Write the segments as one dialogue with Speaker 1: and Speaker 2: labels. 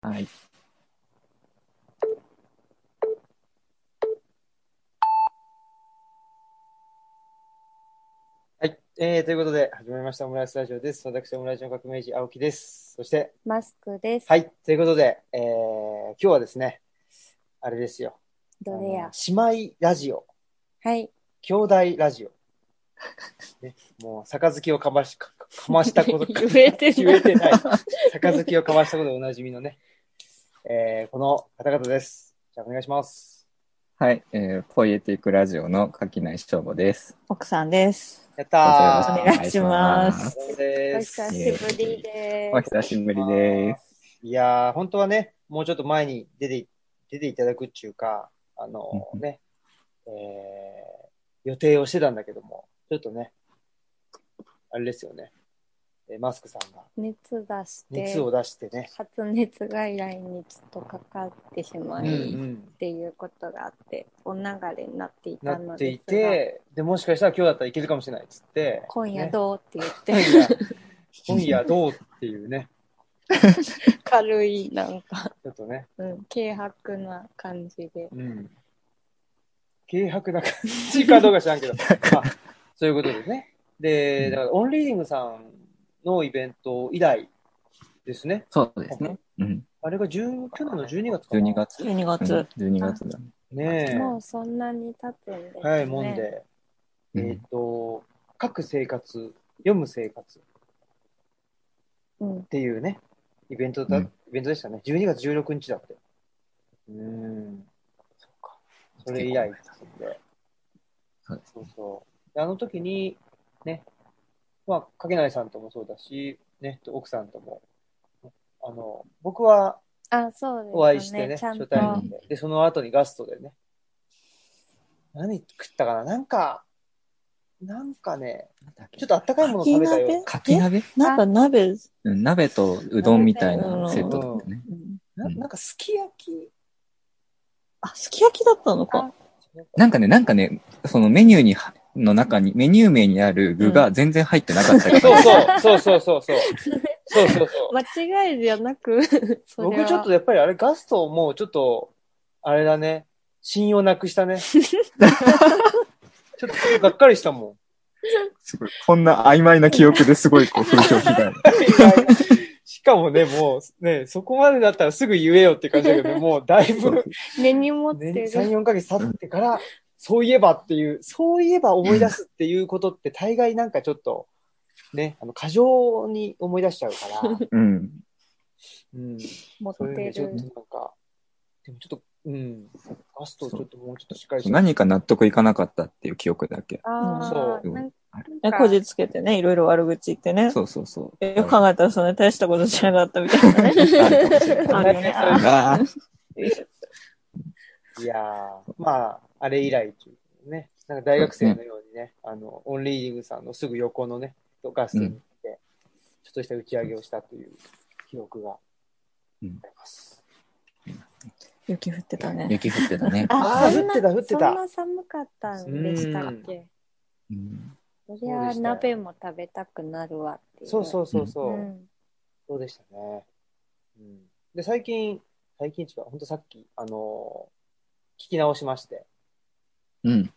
Speaker 1: はい。はい。えー、ということで、始まりましたオムライスラジオです。私、オムライスの革命児、青木です。そして、
Speaker 2: マスクです。
Speaker 1: はい。ということで、えー、今日はですね、あれですよ。
Speaker 2: どれや。
Speaker 1: あの姉妹ラジオ、
Speaker 2: はい。
Speaker 1: 兄弟ラジオ。ね、もう、杯をかまし、かかましたこと、
Speaker 2: 言えてない
Speaker 1: 言えてない。杯をかましたことでおなじみのね、えー、この方々です。じゃあ、お願いします。
Speaker 3: はい、えー、ポイエティックラジオの柿内翔吾です。
Speaker 4: 奥さんです。
Speaker 1: やった
Speaker 3: どうぞ
Speaker 1: ー
Speaker 3: よ
Speaker 4: お
Speaker 3: ろ
Speaker 4: 願
Speaker 3: く
Speaker 4: いしま
Speaker 1: お
Speaker 4: す
Speaker 1: 疲
Speaker 2: お
Speaker 1: れ様です
Speaker 2: 久しぶりで
Speaker 3: お
Speaker 2: す。
Speaker 3: 久しぶりです。
Speaker 1: いやー、本当はね、もうちょっと前に出て、出ていただくっていうか、あの
Speaker 3: うん
Speaker 1: ね、えー、予定をしてたんだけども、ちょっとね、あれですよね、えーマスクさんが
Speaker 2: 熱出して
Speaker 1: 熱、を出してね、
Speaker 2: 発熱外来にちょっとかかってしまい、
Speaker 1: うんう
Speaker 2: っ
Speaker 1: ん
Speaker 2: ていうことがあって、お流れになってい
Speaker 1: な
Speaker 2: た
Speaker 1: っ
Speaker 2: の
Speaker 1: てい
Speaker 2: ですが、
Speaker 1: て、で、もしかしたら今日だったらいけるかもしれないっつって、
Speaker 2: 今夜
Speaker 1: う、
Speaker 2: どうって言って、
Speaker 1: ね、今夜、今夜どうっていうね、
Speaker 2: 軽い、なんか、
Speaker 1: ちょっとね、
Speaker 2: うん、軽薄な感じで。
Speaker 1: うん。軽薄な感じかどうか知らんけ ど。あ、そういうことですね。で、だから、オンリーディングさんのイベント以来ですね。
Speaker 3: そうですね。うん。
Speaker 1: あれが10去年の12月かな。
Speaker 3: 12月。
Speaker 4: 12
Speaker 3: う
Speaker 4: 月、
Speaker 3: ん、12月だね。
Speaker 1: ね
Speaker 2: もうそんなに経つんですね。
Speaker 1: え。早いもんで。
Speaker 3: う
Speaker 1: えっ
Speaker 3: ん、
Speaker 1: と、書く生活、読む生活っ
Speaker 2: うん。
Speaker 1: ていうね、イベントだ、
Speaker 3: うん
Speaker 1: イベントでしたね。12月16日だって。うーん。そっか。それ以来ですんで。
Speaker 3: そうです
Speaker 1: そうそう。であの時に、ね、まあ、かけないさんともそうだし、ね、奥さんとも、あの、僕は
Speaker 2: あ、そうですね。
Speaker 1: お会いしてね、
Speaker 2: ちゃん
Speaker 1: 初
Speaker 2: と
Speaker 1: 対面で。で、その後にガストでね、何食ったかななんか、なんかね、ちょっとあったかいもの食べたよ。
Speaker 3: かき鍋
Speaker 4: なんか鍋、
Speaker 3: うん鍋とうどんみたいなセットだったね。
Speaker 4: うん
Speaker 1: ななんかすき焼き
Speaker 4: あ、すき焼きだったのか。
Speaker 3: なんかね、なんかね、そのメニューには、の中に、メニュー名にある具が全然入ってなかったけど、
Speaker 1: そうそう、そうそうそうそう。そうそうそう。
Speaker 2: 間違いじゃなく、 それは
Speaker 1: 僕ちょっとやっぱりあれガストもうちょっと、あれだね、信用なくした ね。ちょっとがっかりしたも
Speaker 3: すごい。こんな曖昧な記憶ですごい、こう、風評被害。
Speaker 1: ん。しかもね、もうね、そこまでだったらすぐ言えよって感じだけ ど、もうだいぶ、
Speaker 2: 根に持っ
Speaker 1: ね、
Speaker 2: てる。
Speaker 1: 3、4ヶ月経ってから、そういえばっていう、そういえば思い出すっていうことって大概なんかちょっと、ね、あの、過剰に思い出しちゃうから、
Speaker 3: うん。
Speaker 1: うん、
Speaker 2: 持っ
Speaker 1: そういう意味でち
Speaker 2: て
Speaker 1: ょっと
Speaker 2: る
Speaker 1: なん。か、でもちょっと、うん、ガストちょっともうちょっとしっかりして
Speaker 3: 何か納得いかなかったっていう記憶だけ。
Speaker 2: ああ、
Speaker 3: そう
Speaker 2: なん
Speaker 4: ね、
Speaker 2: か
Speaker 4: こじつけてね、いろいろ悪口言ってね。
Speaker 3: そうそうそう。
Speaker 4: よく考えたらそんな大したことしなかったみたいな
Speaker 3: あ
Speaker 4: ね。
Speaker 3: るかもしれない
Speaker 4: あるよね。あ
Speaker 3: あ ー
Speaker 1: いやー、まあ、あれ以来というね、なんか大学生のようにね、あの、オンリーディングさんのすぐ横のね、ガストに行って、ちょっとした打ち上げをしたという記憶があります。
Speaker 4: 雪降ってたね。
Speaker 3: 雪降ってたね。
Speaker 1: ああー、
Speaker 2: そ
Speaker 1: 降
Speaker 2: ん
Speaker 1: っ
Speaker 2: な
Speaker 1: てた、降ってた
Speaker 2: そん。な寒かったんでしたっけ
Speaker 3: うん
Speaker 2: そりゃあ鍋も食べたくなるわっていう。
Speaker 1: そうそうそうそう、
Speaker 2: うん
Speaker 1: そうでしたね。うん。で、最近、最近違う、ほんとさっき、あのー聞き直しまして、
Speaker 3: うん。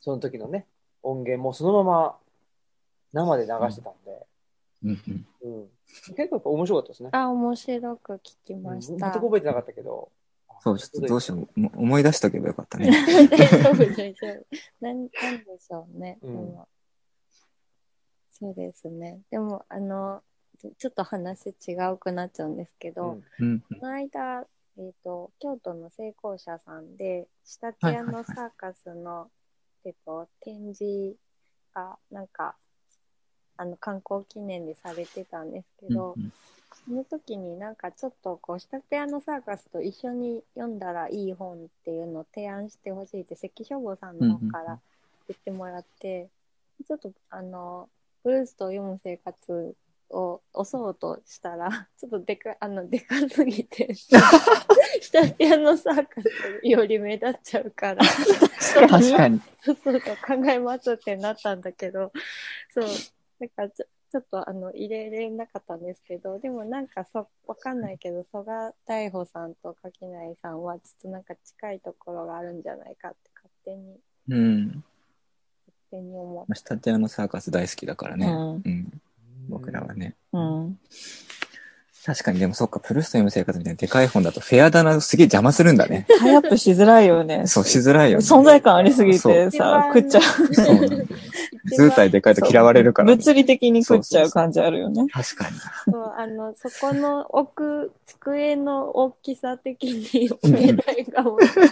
Speaker 1: その時のね、音源もそのまま生で流してたんで、
Speaker 3: うんうん
Speaker 1: うん。結構やっぱ面白かったですね。
Speaker 2: あ、面白く聞きまし
Speaker 1: 全く
Speaker 2: た。
Speaker 1: 覚えてなかったけど。
Speaker 3: そう、ちょっとどう
Speaker 1: し
Speaker 3: しよう。も思い出しとけばよかったね。
Speaker 2: 大丈夫、大丈夫。なん、なんでしょうね。
Speaker 1: うん
Speaker 2: でもそうですね。でも、あの、ちょちょっと話違うくなっちゃうんですけど、
Speaker 3: うん。
Speaker 2: この間、えー、と京都の成功者さんで仕立屋のサーカスの、えっと展示がなんかあの観光記念でされてたんですけ
Speaker 3: うん
Speaker 2: ど、その時になんかちょっとこう仕立屋のサーカスと一緒に読んだらいい本っていうのを提案してほしいって関消防さんの方か
Speaker 3: うんうんうん
Speaker 2: ら言ってもらって、ちょっとあのブルースと読む生活を押そうとしたら、 ちょっとでか、あの、でかすぎ て、下手屋のサーカスより目立っちゃうから、
Speaker 3: 確かに。
Speaker 2: そうそう考えますってなったんだけど、そう、なんかちょちょっとあの入れれなかったんですけど、でもなんかそ、わかんないけど、蘇我大穂さんと垣内さんは、ちょっとなんか近いところがあるんじゃないかって勝手に、
Speaker 3: うん。
Speaker 2: 勝手に思う。
Speaker 3: まあ、仕立て屋のサーカス大好きだからね。
Speaker 4: うん
Speaker 3: うん。僕らはね。
Speaker 4: うん。
Speaker 3: 確かに、でもそっか、プルースト読む生活みたいなでかい本だと、フェア棚すげえ邪魔するんだね。
Speaker 4: タイアップしづらいよね。
Speaker 3: そう、しづらいよね。
Speaker 4: 存在感ありすぎ
Speaker 3: そう
Speaker 4: てさ、食っちゃう。
Speaker 3: そうなんだよ図体でかいと嫌われるから。
Speaker 4: 物理的に食っちゃう感じあるよね。
Speaker 3: 確かに。
Speaker 2: そう、あの、そこの奥、机の大きさ的 に、
Speaker 3: うん
Speaker 2: 目代が 多い。そ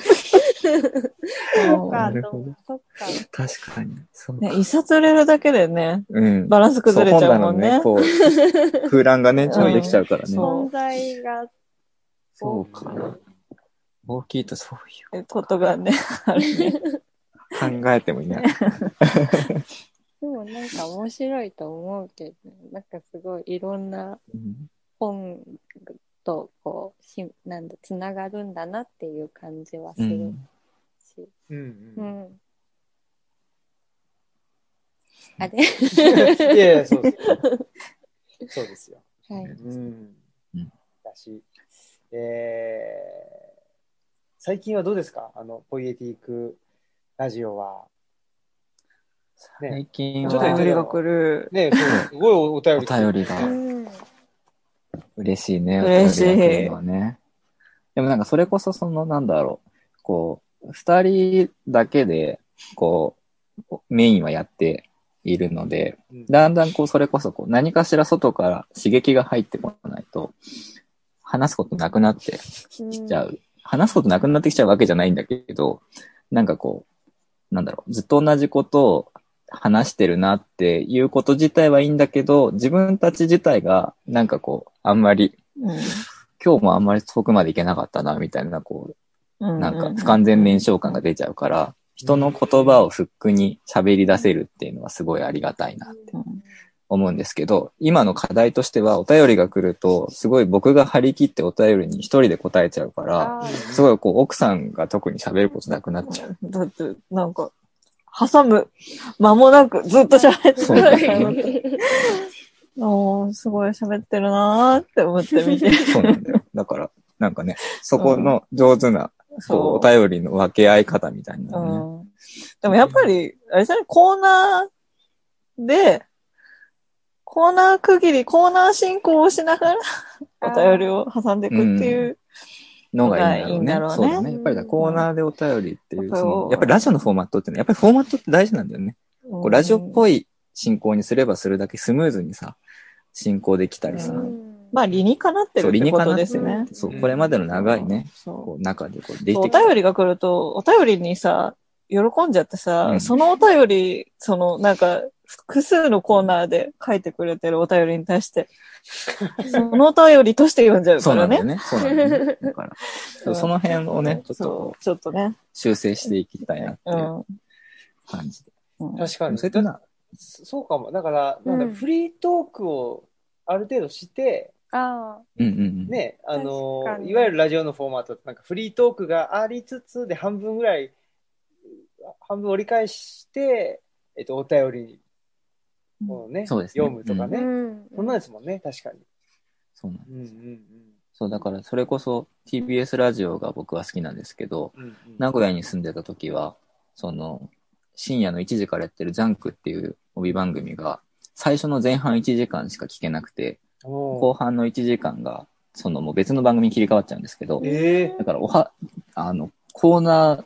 Speaker 2: う
Speaker 3: な
Speaker 2: か
Speaker 3: る
Speaker 2: と
Speaker 3: ほど
Speaker 2: 思う、そっか。
Speaker 3: 確かに。そうか。
Speaker 4: ね、一冊売れるだけでね、
Speaker 3: うん。
Speaker 4: バランス崩れちゃうもんね。
Speaker 3: そう本棚のね、 こう、空欄がね、ちょいできちゃうからね。
Speaker 4: そう
Speaker 2: 存在が、
Speaker 3: そうか。大きいとそうい
Speaker 4: ことがね、あるね。
Speaker 3: う。考えてもいない。
Speaker 2: でもなんか面白いと思うけど、なんかすごいいろんな
Speaker 3: うん
Speaker 2: 本とこう、しなんだ、つながるんだなっていう感じはす
Speaker 3: う
Speaker 2: る
Speaker 3: ん。
Speaker 2: し。
Speaker 1: うん
Speaker 2: う。
Speaker 1: うんん。
Speaker 2: あ れ
Speaker 1: いやいや、そうですよ。そうですよ。
Speaker 2: は
Speaker 1: う
Speaker 2: い。
Speaker 1: ん
Speaker 3: うん。
Speaker 1: だし、えー、最近はどうですかあの、ポイエティックラジオは。
Speaker 3: 最近
Speaker 1: ちょっと
Speaker 4: お
Speaker 1: 言
Speaker 4: 便
Speaker 1: って
Speaker 4: り
Speaker 1: る
Speaker 3: は、
Speaker 4: が来る。
Speaker 1: ねそう すごいお便り。
Speaker 3: お便り
Speaker 2: う
Speaker 3: が
Speaker 2: ん。
Speaker 3: 嬉しいね。
Speaker 4: 嬉しい
Speaker 3: お便りが来るのはね。でもなんかそれこそその、なんだろう。こう、二人だけで、こう、メインはやっているので、
Speaker 1: うん
Speaker 3: だんだんこう、それこそこう、何かしら外から刺激が入ってこないと、話すことなくなってきちゃう。話すことなくなってきちゃうわけじゃないんだけど、なんかこう、なんだろう、ずっと同じことを話してるなっていうこと自体はいいんだけど、自分たち自体が、なんかこう、あんまり、今日もあんまり遠くまで行けなかったな、みたいな、こう、なんか不完全燃焼感が出ちゃうから、人の言葉をフックに喋り出せるっていうのはすごいありがたいなって思うんですけど、今の課題としてはお便りが来ると、すごい僕が張り切ってお便りに一人で答えちゃうから、
Speaker 2: あ
Speaker 3: すごいこう、奥さんが特に喋ることなくなっちゃう。
Speaker 4: だって、なんか、挟む間もなくずっと喋って
Speaker 3: そうだ
Speaker 4: る。
Speaker 3: ね
Speaker 2: ー
Speaker 4: もう、すごい喋ってるなーって思って見て。
Speaker 3: そうなんだよ。だから、なんかね、そこの上手な、こう、お便りの分け合い方みたいなのね、
Speaker 4: うん。でもやっぱり、あれじゃないコーナーで、コーナー区切り、コーナー進行をしながら、
Speaker 2: あ
Speaker 4: お
Speaker 2: ー
Speaker 4: 便りを挟んでいくっていう、
Speaker 3: のがいいんだろうね。
Speaker 4: がいいんだろ
Speaker 3: そうだ
Speaker 4: うね
Speaker 3: ね。やっぱりだコーナーでお便りっていう、
Speaker 4: うん
Speaker 3: そのやっぱりラジオのフォーマットってね、やっぱりフォーマットって大事なんだよね。こうラジオっ
Speaker 4: い。
Speaker 3: ぽい進行にすればするだけスムーズにさ、進行できたりさ、
Speaker 2: うん
Speaker 4: まあ、理にかなってる
Speaker 3: そう、
Speaker 4: っ
Speaker 3: 理
Speaker 4: て
Speaker 3: に
Speaker 4: こ
Speaker 3: かな
Speaker 4: と
Speaker 3: っ
Speaker 4: ですね。
Speaker 3: そうう、
Speaker 1: ん
Speaker 3: これまでの長いね、
Speaker 4: そ
Speaker 3: こう、中でこう、
Speaker 4: う。
Speaker 3: でき
Speaker 4: そうお
Speaker 3: てきた。
Speaker 4: 便りが来ると、お便りにさ、喜んじゃってさ、
Speaker 3: うん
Speaker 4: そのお便り、その、なんか、複数のコーナーで書いてくれてるお便りに 対して、そのお便りとして読んじゃう
Speaker 3: そ
Speaker 4: か
Speaker 3: うな
Speaker 4: ら
Speaker 3: んだ
Speaker 4: ね
Speaker 3: よ。ね。そうなんだ よね。だから、そうその辺をね、ちょっとこう
Speaker 4: そう、ちょっとね。
Speaker 3: 修正していきたいなって
Speaker 4: う。
Speaker 3: いうん感じで。
Speaker 4: うん
Speaker 1: 確かに。
Speaker 3: そういったな、
Speaker 1: そうかも。だから、なんだ
Speaker 2: うん
Speaker 1: フリートークをある程度して、
Speaker 2: ああ、
Speaker 3: うんうんうん。
Speaker 1: ね、あの
Speaker 2: 確か、に
Speaker 1: いわゆるラジオのフォーマットって、なんかフリートークがありつつで半分ぐらい、半分折り返して、えっと、お便りをね、
Speaker 3: そうですね
Speaker 1: 読むとか
Speaker 2: う
Speaker 1: ね。
Speaker 2: ん。
Speaker 1: そんなですもんね、確かに。
Speaker 3: そうなん
Speaker 1: うんうん
Speaker 3: そう、だからそれこそ TBS ラジオが僕は好きなんですけど、
Speaker 1: うん。うんうん
Speaker 3: 名古屋に住んでた時は、その、深夜の1時からやってるジャンクっていう帯番組が、最初の前半1時間しか聞けなくて、後
Speaker 1: おー
Speaker 3: 半の1時間が、そのもう別の番組に切り替わっちゃうんですけど、
Speaker 1: ええ
Speaker 3: だからおは、あの、コーナー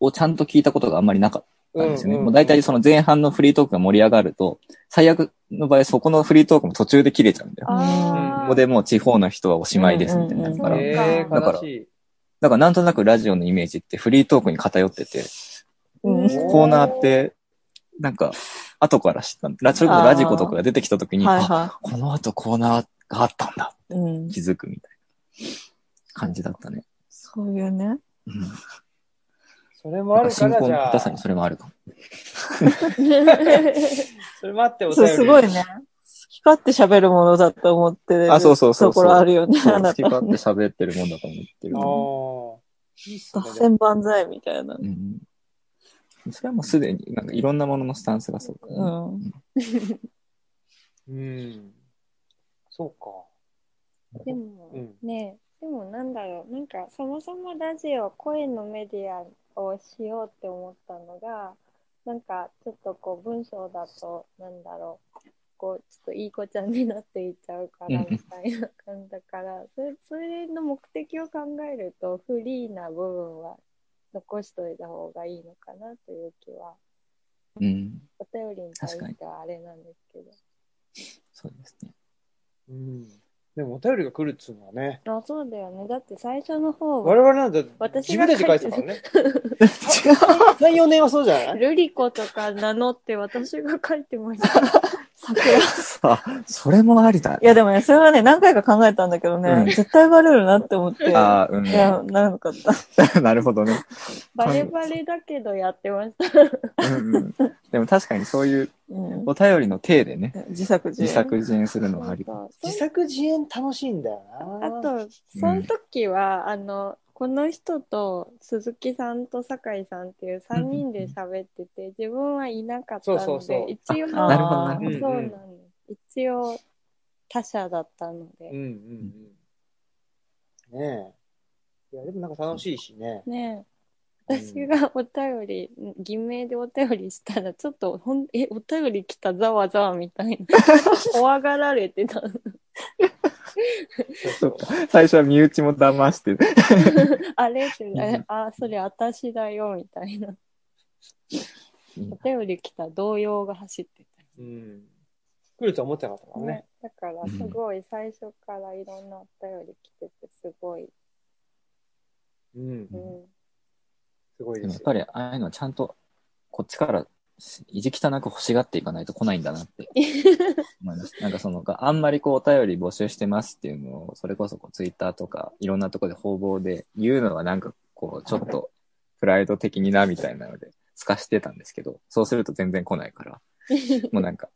Speaker 3: をちゃんと聞いたことがあんまりなかった。なんですよね。もう大体その前半のフリートークが盛り上がると、最悪の場合そこのフリートークも途中で切れちゃうんだよ。
Speaker 2: ああ。
Speaker 3: ここでもう地方の人はおしまいですみたいになるから。
Speaker 2: うんうんうん
Speaker 3: だ
Speaker 2: え
Speaker 1: ええ
Speaker 3: だか
Speaker 1: 悲
Speaker 3: ら
Speaker 1: しい。
Speaker 3: からなんとなくラジオのイメージってフリートークに偏ってて、
Speaker 4: うん
Speaker 2: お
Speaker 3: コー ナーって、なんか、後から知ったんラそれこそラジコとかが出てきた時に、
Speaker 4: は
Speaker 3: あ、
Speaker 4: いは
Speaker 3: この後コーナーがあったんだ
Speaker 4: い。うん。
Speaker 3: 気づくみたいな感じだったね。
Speaker 4: そういうね。
Speaker 3: うん。
Speaker 1: それも
Speaker 3: な
Speaker 1: あ
Speaker 3: んか
Speaker 1: るか
Speaker 3: 進
Speaker 1: ら、
Speaker 3: 行
Speaker 1: じ
Speaker 3: の
Speaker 1: ゃ
Speaker 3: 硬
Speaker 1: あ。
Speaker 3: さにそれもあるかも。
Speaker 1: それ待って、お
Speaker 4: そ
Speaker 1: 便
Speaker 4: う、
Speaker 1: り。
Speaker 4: すごいね。好き勝手喋るものだと思ってる
Speaker 3: あそうそうそうそう
Speaker 4: ところあるよね。
Speaker 3: そう
Speaker 4: あな
Speaker 3: 好き
Speaker 4: た。
Speaker 3: 勝手喋ってるもんだと思ってる
Speaker 1: あ。あ。いいっすね
Speaker 4: 脱。線万歳みたいな
Speaker 3: う。ん。それはもうすでに、なんかいろんなもののスタンスがそうか
Speaker 4: う
Speaker 3: な。
Speaker 4: ん。
Speaker 1: うん。そうか。
Speaker 2: でも、
Speaker 1: うん
Speaker 2: ねでもなんだろう、なんかそもそもラジオ、声のメディアをしようって思ったのが、なんかちょっとこう文章だと、なんだろう、こう、ちょっといい子ちゃんになっていっちゃうか
Speaker 3: うん
Speaker 2: ら
Speaker 3: うん
Speaker 2: みたいな感じだから、それ、それの目的を考えると、フリーな部分は残しといた方がいいのかなという気は、
Speaker 3: うん。
Speaker 2: お便りに対
Speaker 3: 確かに
Speaker 2: してはあれなんですけど。
Speaker 3: そうですね。
Speaker 1: うん。でもお便りが来るっつうのはね、
Speaker 2: あ、そうだよね。だって最初の方
Speaker 1: 我
Speaker 2: は、
Speaker 1: 々なんて自分
Speaker 2: 私が
Speaker 1: たちで書いてたからね。3、
Speaker 4: 違う。
Speaker 1: 4年は そうじゃない
Speaker 2: ルリコとか名乗って私が書いてました。
Speaker 4: 桜。い
Speaker 3: あ、それもありだ。
Speaker 4: や、でもね、それはね、何回か考えたんだけどね、
Speaker 3: うん
Speaker 4: 絶対バレるなって思って。い
Speaker 3: あー
Speaker 4: や、ならなかった。
Speaker 3: うん。 なるほどね。
Speaker 2: バレバレだけどやってました。
Speaker 3: うんうん。でも確かにそういう
Speaker 4: うん。
Speaker 3: お便りの体でね、
Speaker 4: 自作自演。
Speaker 3: 自作自演するのはありだ。
Speaker 2: そうそう
Speaker 1: 自作自演楽しいんだよ
Speaker 2: あ
Speaker 1: な。
Speaker 2: と、その時は、あの、この人と鈴木さんと酒井さんっていう3人で喋ってて、自分はいなかったので、
Speaker 1: そうそうそう
Speaker 2: 一応、
Speaker 3: なるほどなる
Speaker 1: ほど
Speaker 2: そうなんです。一応、他者だったので。
Speaker 1: うんうんうん。ねえ。いや、でもなんか楽しいしね。
Speaker 2: ねえ。私がお便り、偽名でお便りしたら、ちょっとほん、え、お便り来た、ざわざわみた いな。怖がられてた。
Speaker 1: そうそう
Speaker 3: 最初は身内も騙して、
Speaker 2: あれって
Speaker 3: ん、
Speaker 2: あ、それ私だよ、みたいな。お便り来た動揺が走って
Speaker 1: うん。来るとは思ってなかったか
Speaker 2: た。
Speaker 1: ら
Speaker 2: ね
Speaker 1: ね。。
Speaker 2: だから、すごい最初からいろんなお便り来てて、すごい。
Speaker 1: うん
Speaker 2: う。
Speaker 1: すごい
Speaker 3: で
Speaker 1: で
Speaker 3: も
Speaker 1: す
Speaker 3: や
Speaker 1: よ。
Speaker 3: っぱりああいうのはちゃんとこっちから意地汚く欲しがっていかないと来ないんだなって思います。なんかその、あんまりこうお便り募集してますっていうのを、それこそこうツイッターとかいろんなところで方々で言うのはなんかこうちょっとプライド的になみたいなので、透かしてたんですけど、そうすると全然来ないから、もうなんか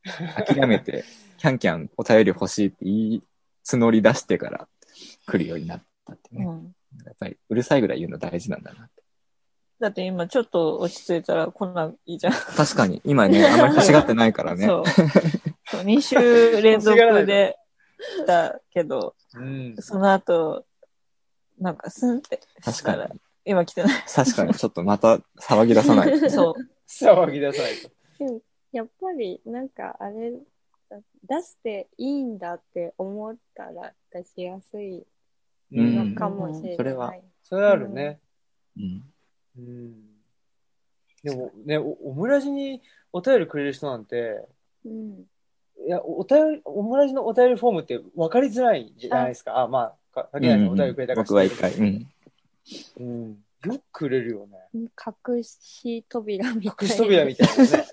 Speaker 3: 諦めて、キャンキャンお便り欲しいって言い募り出してから来るようになったって
Speaker 4: う
Speaker 3: ね。
Speaker 4: ん。
Speaker 3: やっぱりうるさいぐらい言うの大事なんだなって。
Speaker 4: だって今ちょっと落ち着いたら来ないじゃん。
Speaker 3: 確かに、今ね、あんまり欲しがってないからね。
Speaker 4: そう。そう2週連続で来たけど、
Speaker 1: うん。
Speaker 4: その後、なんかスンって
Speaker 3: 確かに。
Speaker 4: 今来てない。
Speaker 3: 確かに、ちょっとまた騒ぎ出さない。
Speaker 4: そう。
Speaker 1: 騒ぎ出さないと。
Speaker 2: ん。やっぱり、なんか、あれ、出していいんだって思ったら出しやすいうの
Speaker 3: ん
Speaker 2: かもしれない。
Speaker 3: うんそれは
Speaker 1: それあるね。
Speaker 3: うん。
Speaker 1: うん。でもね、おオムラジにお便りくれる人なんて、
Speaker 2: うん。
Speaker 1: いや、おお便り、オムラジのお便りフォームって分かりづらいじゃないですか。あ、まあ、か、かけないのお便りくれたから
Speaker 3: 僕は一回。うん。
Speaker 1: うん。よくくれるよね。
Speaker 2: 隠し扉みたいな。
Speaker 1: 隠し扉みたいな ね。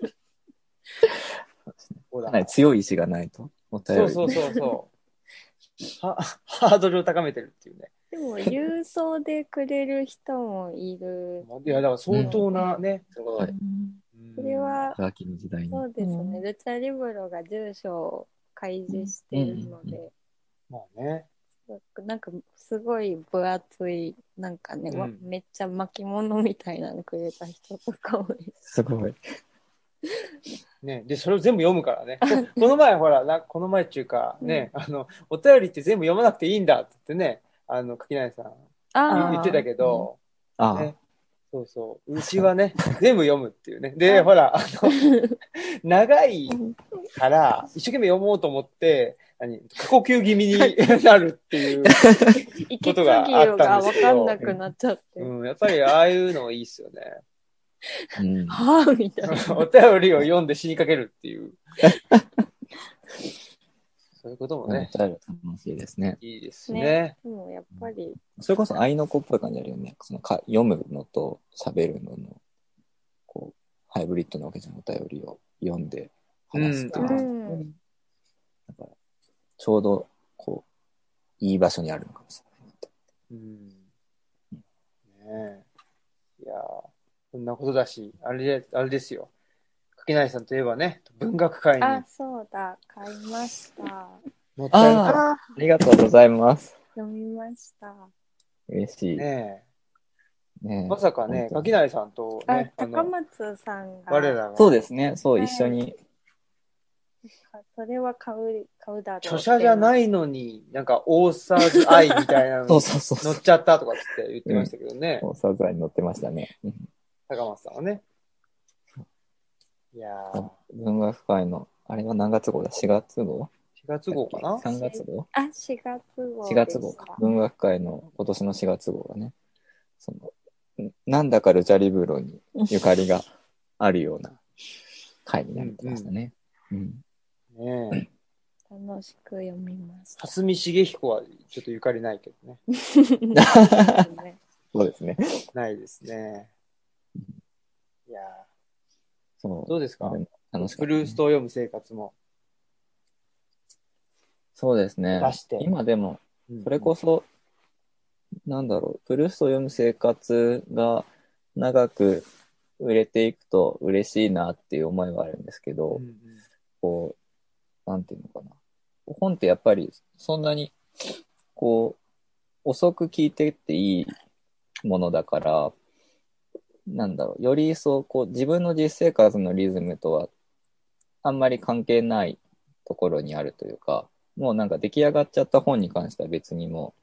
Speaker 1: そう
Speaker 3: か
Speaker 1: だ
Speaker 3: なり強い意志がないと。お便り。
Speaker 1: そうそうそうそう。は、ハードルを高めてるっていうね。
Speaker 2: でも、郵送でくれる人もいる。
Speaker 1: いや、だから相当なね。
Speaker 3: はい
Speaker 1: うん
Speaker 2: それ、は、
Speaker 3: 乾きの時代に。
Speaker 2: そうですね、
Speaker 4: うん
Speaker 2: ルチャリブロが住所を開示しているの
Speaker 3: うん
Speaker 2: で、
Speaker 1: まあね。
Speaker 2: なんかすごい分厚い、なんかね、
Speaker 1: うん
Speaker 2: わめっちゃ巻物みたいなのくれた人とかもいる
Speaker 3: すごい。
Speaker 1: ね、で、それを全部読むからね。こ この前、ほら、なこの前っていうか、ね、あの、お便りって全部読まなくていいんだって言ってね、あの、柿内さん
Speaker 4: あー
Speaker 1: 言ってたけど、
Speaker 3: ああ、
Speaker 1: ね、そうそう、うちは ね、全部読むっていうね。で、ほら、あの、 長いから、一生懸命読もうと思って、何、過呼吸気味になるって いう、
Speaker 2: 息継ぎ
Speaker 1: があったん
Speaker 2: が
Speaker 1: で
Speaker 2: 分
Speaker 1: す
Speaker 2: か
Speaker 1: よ
Speaker 2: んなくなっちゃ って、
Speaker 1: うん、やっぱりああいうのいいっすよね。
Speaker 3: うん。
Speaker 2: はぁみたいな。
Speaker 1: お便りを読んで死にかけるって いう。そういうことも
Speaker 3: お便
Speaker 1: ね
Speaker 3: り、楽しいですね。
Speaker 1: いいですね。
Speaker 2: ねでもやっぱり、
Speaker 3: それこそ愛の子っぽい感じあるよね。そのか読むのと喋るのの、こう、ハイブリッドなわけじゃん。お便りを読んで話すっていううのは、
Speaker 2: ん、
Speaker 3: だからちょうど、こう、いい場所にあるのかもしれない。
Speaker 1: うん。ねえ。いやーそんなことだし、あれで、あれですよ。柿内さんといえばね、文学界に
Speaker 2: あ、そうだ、買いました。
Speaker 1: 乗ってあ
Speaker 3: あ
Speaker 1: る
Speaker 4: あ
Speaker 3: ありがとうございます。
Speaker 2: 読みました。
Speaker 3: 嬉しい。ね
Speaker 1: ねえ
Speaker 3: え
Speaker 1: まさかね、
Speaker 3: 本当
Speaker 1: 柿内さんと
Speaker 2: あ、
Speaker 1: ね、あ
Speaker 2: 高
Speaker 1: の、
Speaker 2: 松さんが。
Speaker 1: 我らが、
Speaker 3: そうですね。そう、
Speaker 2: はい
Speaker 3: 一緒に
Speaker 2: それは買う、買うだろうって。。
Speaker 1: 著者じゃないいのに、なんか、オーサーズアイみたいなの
Speaker 3: そう
Speaker 1: に
Speaker 3: そうそうそ
Speaker 1: 乗
Speaker 3: う
Speaker 1: っ。ちゃったとかつって言ってましたけどね。
Speaker 3: 大沢座に乗ってましたね。うん
Speaker 1: 高松さんはね。いやー、
Speaker 3: 文学界の、あれは何月号だ ?4 月号
Speaker 1: 4月号かな
Speaker 3: ?3 月号
Speaker 2: あ、4月号。
Speaker 3: ?4 月号か。。文学界の今年の4月号がね、その、んなんだかルチャリブロにゆかりがあるような回になってましたね。うん。
Speaker 1: ねえ。
Speaker 2: 楽しく読み ます。
Speaker 1: 蓮見茂彦はちょっとゆかりないけどね。
Speaker 2: ね
Speaker 3: そうですね。
Speaker 1: ないですね。いや
Speaker 3: そう
Speaker 1: ー。どうですか
Speaker 3: でも楽し
Speaker 1: ブ
Speaker 3: かったね
Speaker 1: ルーストを読む生活も
Speaker 3: そうですね。
Speaker 1: 出して。
Speaker 3: 今でも、
Speaker 1: うん
Speaker 3: それこそ、なんだろう、ブルースを読む生活が長く売れていくと嬉しいなっていう思いはあるんですけど、
Speaker 1: うんうん
Speaker 3: こう、なんていうのかな。本ってやっぱりそんなに、こう、遅く聞いてっていいものだから、なんだろう、より一層、こう、自分の実生活のリズムとは、あんまり関係ないところにあるというか、もうなんか出来上がっちゃった本に関しては別にも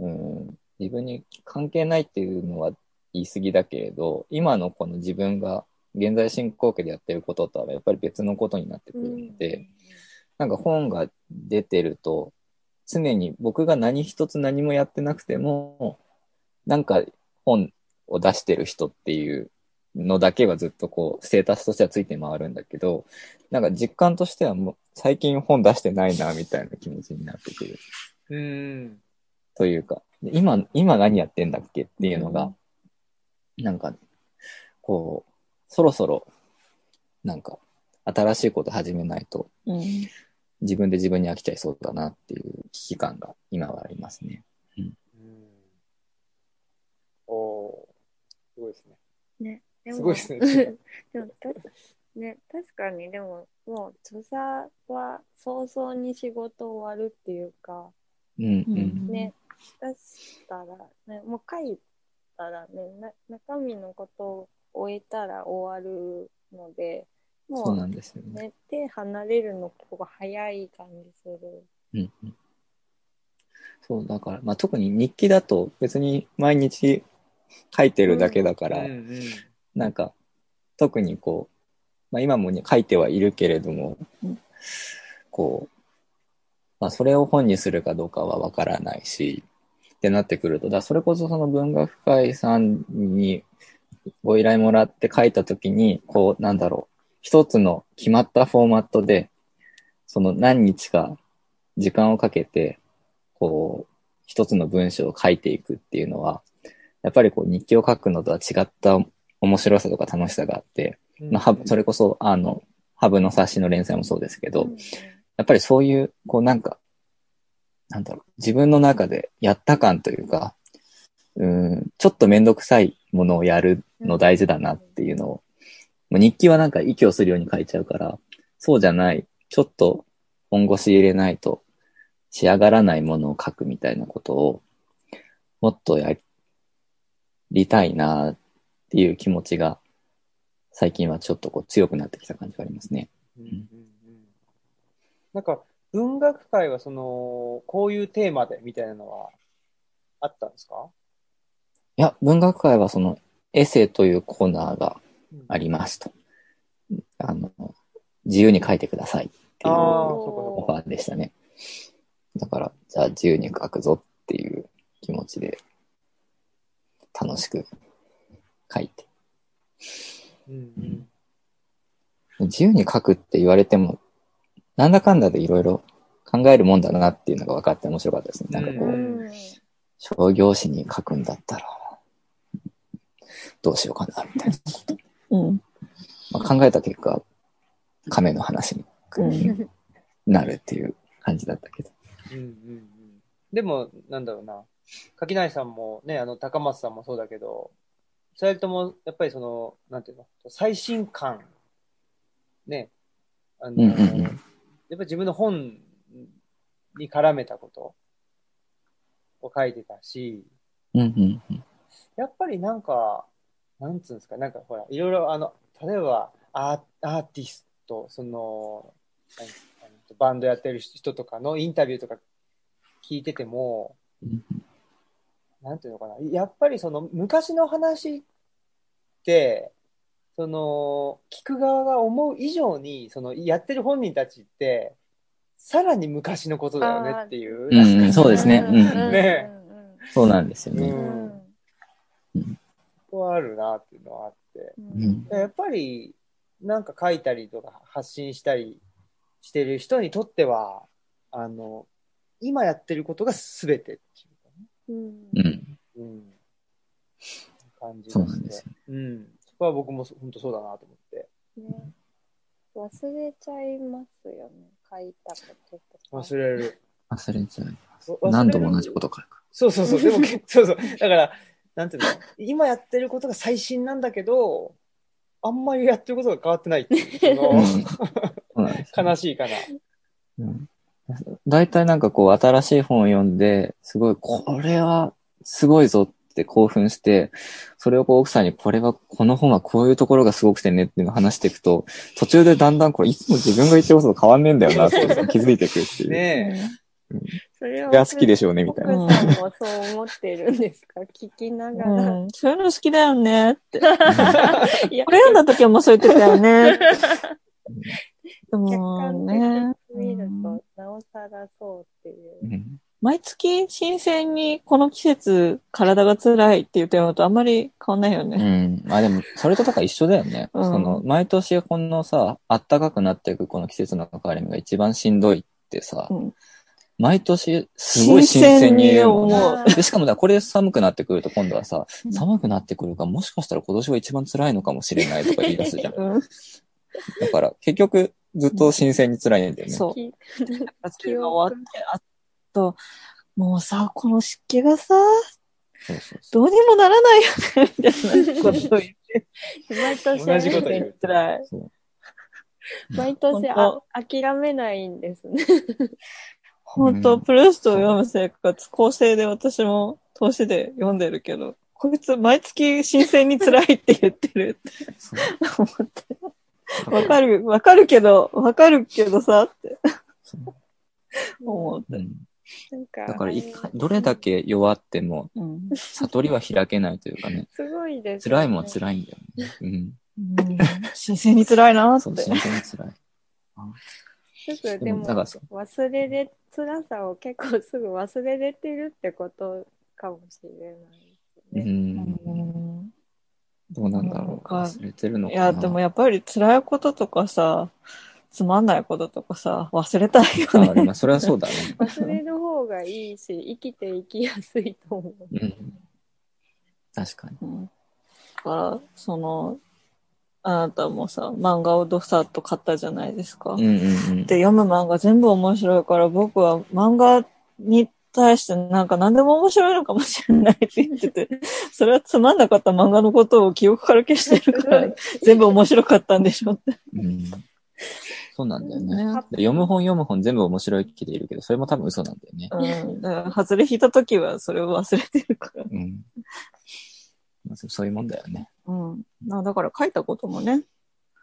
Speaker 3: う、うん、自分に関係ないっていうのは言い過ぎだけれど、今のこの自分が現在進行形でやってることとはやっぱり別のことになってくるので、なんか本が出てると、常に僕が何一つ何もやってなくても、なんか本を出してる人っていうのだけはずっとこう、ステータスとしてはついて回るんだけど、なんか実感としてはもう最近本出してないな、みたいな気持ちになってくる
Speaker 1: うん。
Speaker 3: というか、で今、今何やってんだっけっていうのが、なんか、こう、そろそろ、なんか、新しいこと始めないと
Speaker 4: うん。
Speaker 3: 自分で自分に飽きちゃいそうだなっていう危機感が今はありますね。
Speaker 1: うん。おーすごいですね。
Speaker 2: ね。
Speaker 1: すごいですね
Speaker 2: でもたね、確かに、でも、もう、著者は早々に仕事終わるっていうか、
Speaker 3: うんうん。
Speaker 2: ね、出したら、ね、もう書いたらね、な中身のことを終えたら終わるので、も
Speaker 3: そうな
Speaker 2: う、
Speaker 3: んですよね。
Speaker 2: ね、手離れるのこが早い感じする。
Speaker 3: うんうん。そう、だから、まあ特に日記だと別に毎日書いてるだけだから、
Speaker 1: うんうん。
Speaker 3: なんか、特にこう、まあ今もね書いてはいるけれども、
Speaker 4: うん
Speaker 3: こう、まあそれを本にするかどうかはわからないし、ってなってくると、だからそれこそその文学会さんにご依頼もらって書いたときに、こう、なんだろう、一つの決まったフォーマットで、その何日か時間をかけて、こう、一つの文章を書いていくっていうのは、やっぱりこう日記を書くのとは違った面白さとか楽しさがあって、まあ、ハブそれこそ、あの、ハブの冊子の連載もそうですけど、
Speaker 2: うん
Speaker 3: やっぱりそういう、こうなんか、なんだろう、自分の中でやった感というか、うん、ちょっとめんどくさいものをやるの大事だなっていうのを、もう日記はなんか息をするように書いちゃうから、そうじゃない、ちょっと本腰入れないと仕上がらないものを書くみたいなことを、もっとやりたいなっていう気持ちが、最近はちょっとこう強くなってきた感じがありますね。
Speaker 1: うんうんうんなんか、文学界はその、こういうテーマでみたいなのはあったんですか
Speaker 3: いや、文学界はそのエッセイというコーナーがありますと。あの、自由に書いてくださいっていう
Speaker 1: ああ、
Speaker 3: オ
Speaker 1: そう
Speaker 3: ファーでしたね。だから、じゃあ自由に書くぞっていう気持ちで、楽しく書いて。
Speaker 1: かそうか。うんうん
Speaker 3: 自由に書くって言われても、なんだかんだでいろいろ考えるもんだなっていうのが分かって面白かったですね。なんかこう、
Speaker 1: うん
Speaker 2: うん
Speaker 3: 商業誌に書くんだったら、どうしようかな、みたいな。
Speaker 4: うん。
Speaker 3: まあ、考えた結果、亀の話に
Speaker 4: うん
Speaker 3: なるっていう感じだったけど。
Speaker 1: うんうんうんでも、なんだろうな、柿内さんもね、あの高松さんもそうだけど、2人ともやっぱりその、なんていうの、最新感、ね、あの、
Speaker 3: うんうんうん
Speaker 1: やっぱり自分の本に絡めたことを書いてたし、
Speaker 3: うんうんうん。
Speaker 1: やっぱりなんか、なんつうんですか、なんかほら、いろいろあの、例えばアーアーティスト、その、あのバンドやってる人とかのインタビューとか聞いてても
Speaker 3: うん、
Speaker 1: なんていうのかな、やっぱりその昔の話って、その、聞く側が思う以上に、その、やってる本人たちって、さらに昔のことだよねっていう。
Speaker 3: うんうんそうですねうん
Speaker 1: ね
Speaker 3: そうなんですよ
Speaker 1: う
Speaker 2: う
Speaker 3: ね。
Speaker 2: ん
Speaker 1: ん。こうあるなっていうのはあって。
Speaker 2: うん
Speaker 3: うん。
Speaker 1: やっぱり、なんか書いたりとか発信したりしてる人にとっては、あの、今やってることが全てっていうかね
Speaker 2: うん
Speaker 3: うん。
Speaker 1: うん。感じがして
Speaker 3: そうなんですよ。
Speaker 1: うん。そこは僕も本当そうだなと思って。
Speaker 2: ね忘れちゃいますよね書いたこととか
Speaker 1: 忘れる。
Speaker 3: 忘れちゃ
Speaker 1: 忘
Speaker 3: う。
Speaker 1: れる
Speaker 3: 何度も同じこと書く。
Speaker 1: そうそうそう。でも、 けそうそう。だから、なんていうの今やってることが最新なんだけど、あんまりやってることが変わってないっていう
Speaker 3: うん。
Speaker 1: の
Speaker 3: そうなんですよ
Speaker 1: 悲しいかな。
Speaker 3: うん大体なんかこう新しい本を読んで、すごい、これはすごいぞって興奮して、それをこう奥さんにこれは、この本はこういうところがすごくてねっていうのを話していくと、途中でだんだんこれいつも自分が言ってることと変わんねえんだよなっていうのに気づいていくっていう。
Speaker 1: ねえ。
Speaker 2: それ
Speaker 3: こ
Speaker 2: は
Speaker 3: れが好きでしょうねみたいな。
Speaker 2: 奥さんもそう思ってるんですか聞きながら。
Speaker 4: うん、そういうの好きだよね って。
Speaker 2: いや
Speaker 4: これ読んだ時はもうそう言ってた よね。で
Speaker 2: 客
Speaker 4: も
Speaker 2: 観的
Speaker 4: ね
Speaker 2: に、見ると、なおさらそうっていう
Speaker 3: う。ん
Speaker 4: 毎月新鮮にこの季節体が辛いっていうテーマとあんまり変わんないよ
Speaker 3: う
Speaker 4: ね。
Speaker 3: ん。まあでも、それとだから一緒だよね。
Speaker 4: うん
Speaker 3: その、毎年このさ、暖かくなっていくこの季節の変わり目が一番しんどいってさ、
Speaker 4: うん
Speaker 3: 毎年すごい新鮮に言うもんね
Speaker 4: 新鮮に
Speaker 2: 思う
Speaker 3: でしかもだ、これ寒くなってくると今度はさ
Speaker 4: う、ん
Speaker 3: 寒くなってくるから、もしかしたら今年が一番辛いのかもしれないとか言い出す じゃん。
Speaker 4: うん、
Speaker 3: だから、結局、ずっと新鮮に辛いんだよね。
Speaker 4: そう。
Speaker 2: き
Speaker 4: 夏が終わって、あと、もうさ、この湿気がさ、
Speaker 3: そうそうそう
Speaker 4: どうにもならないよね、みたいなことを言って。
Speaker 2: 毎年、
Speaker 1: 同じこと言う
Speaker 4: 辛い。
Speaker 2: 毎年あ
Speaker 4: 本、
Speaker 2: 諦めないんですね。
Speaker 4: 本当、プルーストを読む生活、構成で私も投資で読んでるけど、こいつ毎月新鮮に辛いって言ってる って
Speaker 3: そう
Speaker 4: 思って。わかる、わかるけど、わかるけどさ、って
Speaker 3: そう
Speaker 4: 思っ
Speaker 3: う
Speaker 4: て。
Speaker 3: ん
Speaker 2: なんか、
Speaker 3: だから、い
Speaker 2: あ
Speaker 3: か
Speaker 2: の
Speaker 3: どれだけ弱っても、
Speaker 4: うん。
Speaker 3: 悟りは開けないというかね、
Speaker 2: すごいです、
Speaker 3: 辛いもん辛いんだよね。うん。
Speaker 4: 新鮮に辛いな
Speaker 3: そう、
Speaker 4: って
Speaker 3: 新。鮮に辛い。
Speaker 2: すぐ、
Speaker 3: で
Speaker 2: で
Speaker 3: も
Speaker 2: も、
Speaker 3: だからそう
Speaker 2: 忘れで、辛さを結構すぐ忘れれてるってことかもしれない。
Speaker 3: う
Speaker 2: ね
Speaker 3: ん。どうなんだろう。
Speaker 4: なんか
Speaker 3: 忘れてるの
Speaker 4: い
Speaker 3: かな。
Speaker 4: や、でもやっぱり辛いこととかさ、つまんないこととかさ、忘れたいよ
Speaker 3: あ
Speaker 4: ね。
Speaker 3: でもそれはそうだ ね。
Speaker 2: 忘れる方がいいし、生きていきやすいと思う。
Speaker 3: うん。確かに。
Speaker 4: うんだから、その、あなたもさ、漫画をどさっと買ったじゃないですか。
Speaker 3: うんうんうん。
Speaker 4: で、読む漫画全部面白いから、僕は漫画に対してなんか何でも面白いのかもしれないって言っ てて、それはつまんなかった漫画のことを記憶から消して るから、全部面白かったんでしょって。
Speaker 3: うんそうなんだよね。
Speaker 4: ね
Speaker 3: で読む本読む本全部面白い気でいるけど、それも多分嘘なんだよね。
Speaker 4: うん。だから、外れ引いた時はそれを忘れてるから。
Speaker 3: うん。まあそうそういうもんだよね。
Speaker 4: うん。なだから書いたこともね。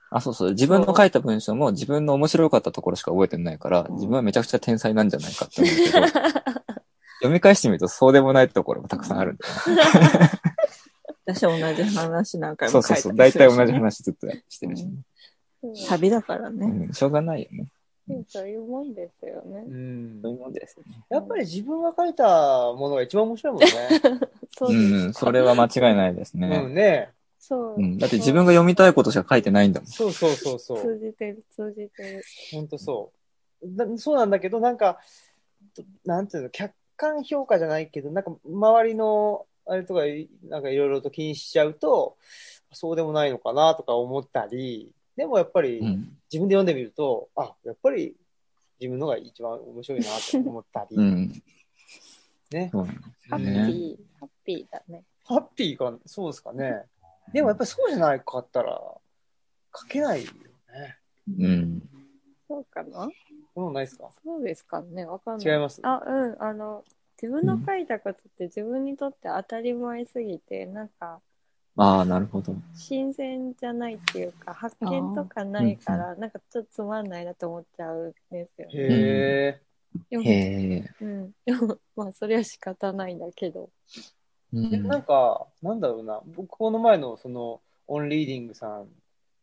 Speaker 3: あ、そうそう。自分の書いた文章も自分の面白かったところしか覚えてないから、
Speaker 4: うん
Speaker 3: 自分はめちゃくちゃ天才なんじゃないかって思うけど、読み返してみるとそうでもないところもたくさんあるんだよね。
Speaker 4: 私は同じ話何回
Speaker 3: そ
Speaker 4: も
Speaker 3: うそ
Speaker 4: 書いうた
Speaker 3: そう。
Speaker 4: り
Speaker 3: 大
Speaker 4: する
Speaker 3: 体
Speaker 4: しね
Speaker 3: 同じ。話ずっとしてるしね。
Speaker 4: 旅だからね。
Speaker 3: うん。しょうがないよね。
Speaker 2: うんそういうもんですよね。
Speaker 1: うん
Speaker 3: そういうもんですよね。
Speaker 1: やっぱり自分が書いたものが一番面白いもんね。
Speaker 2: そう
Speaker 3: う
Speaker 2: です。
Speaker 3: んうん。それは間違いないですね。
Speaker 1: うんね。
Speaker 2: そう。
Speaker 3: うん、だって自分が読みたいことしか書いてないんだもん。
Speaker 1: そうそうそうそ
Speaker 2: 通
Speaker 1: う。
Speaker 2: じてる、通じてる。
Speaker 1: 本当そう。なそうなんだけど、なんか、どなんていうの、客観評価じゃないけど、なんか周りのあれとかい、なんかいろいろと気にしちゃうと、そうでもないのかなとか思ったり、でもやっぱり
Speaker 3: うん。
Speaker 1: 自分で読んでみると、あ、やっぱり自分のが一番面白いなと思ったり、
Speaker 3: うん。
Speaker 1: ね。
Speaker 3: そうなん
Speaker 2: ハッピ
Speaker 3: ね
Speaker 2: ー、ハッピーだね。
Speaker 1: ハッピーか、そうですかね。でもやっぱりそうじゃないかったら、書けないよね。
Speaker 3: うん。
Speaker 2: そうかな
Speaker 1: そんなのないですか
Speaker 2: そうですかねわかんない。
Speaker 1: 違います
Speaker 2: あ、うん。あの、自分の書いたことって自分にとって当たり前すぎて、なんか、
Speaker 3: ああ、なるほど。
Speaker 2: 新鮮じゃないっていうか、発見とかないから、なんかちょっとつまんないなと思っちゃうんですよね。
Speaker 1: へえ。
Speaker 2: でも
Speaker 3: へえ。
Speaker 2: うん。でも、まあ、それは仕方ないんだけど。
Speaker 3: う
Speaker 1: でもなん
Speaker 3: ん。
Speaker 1: か、なんだろうな、僕、この前のその、オンリーディングさん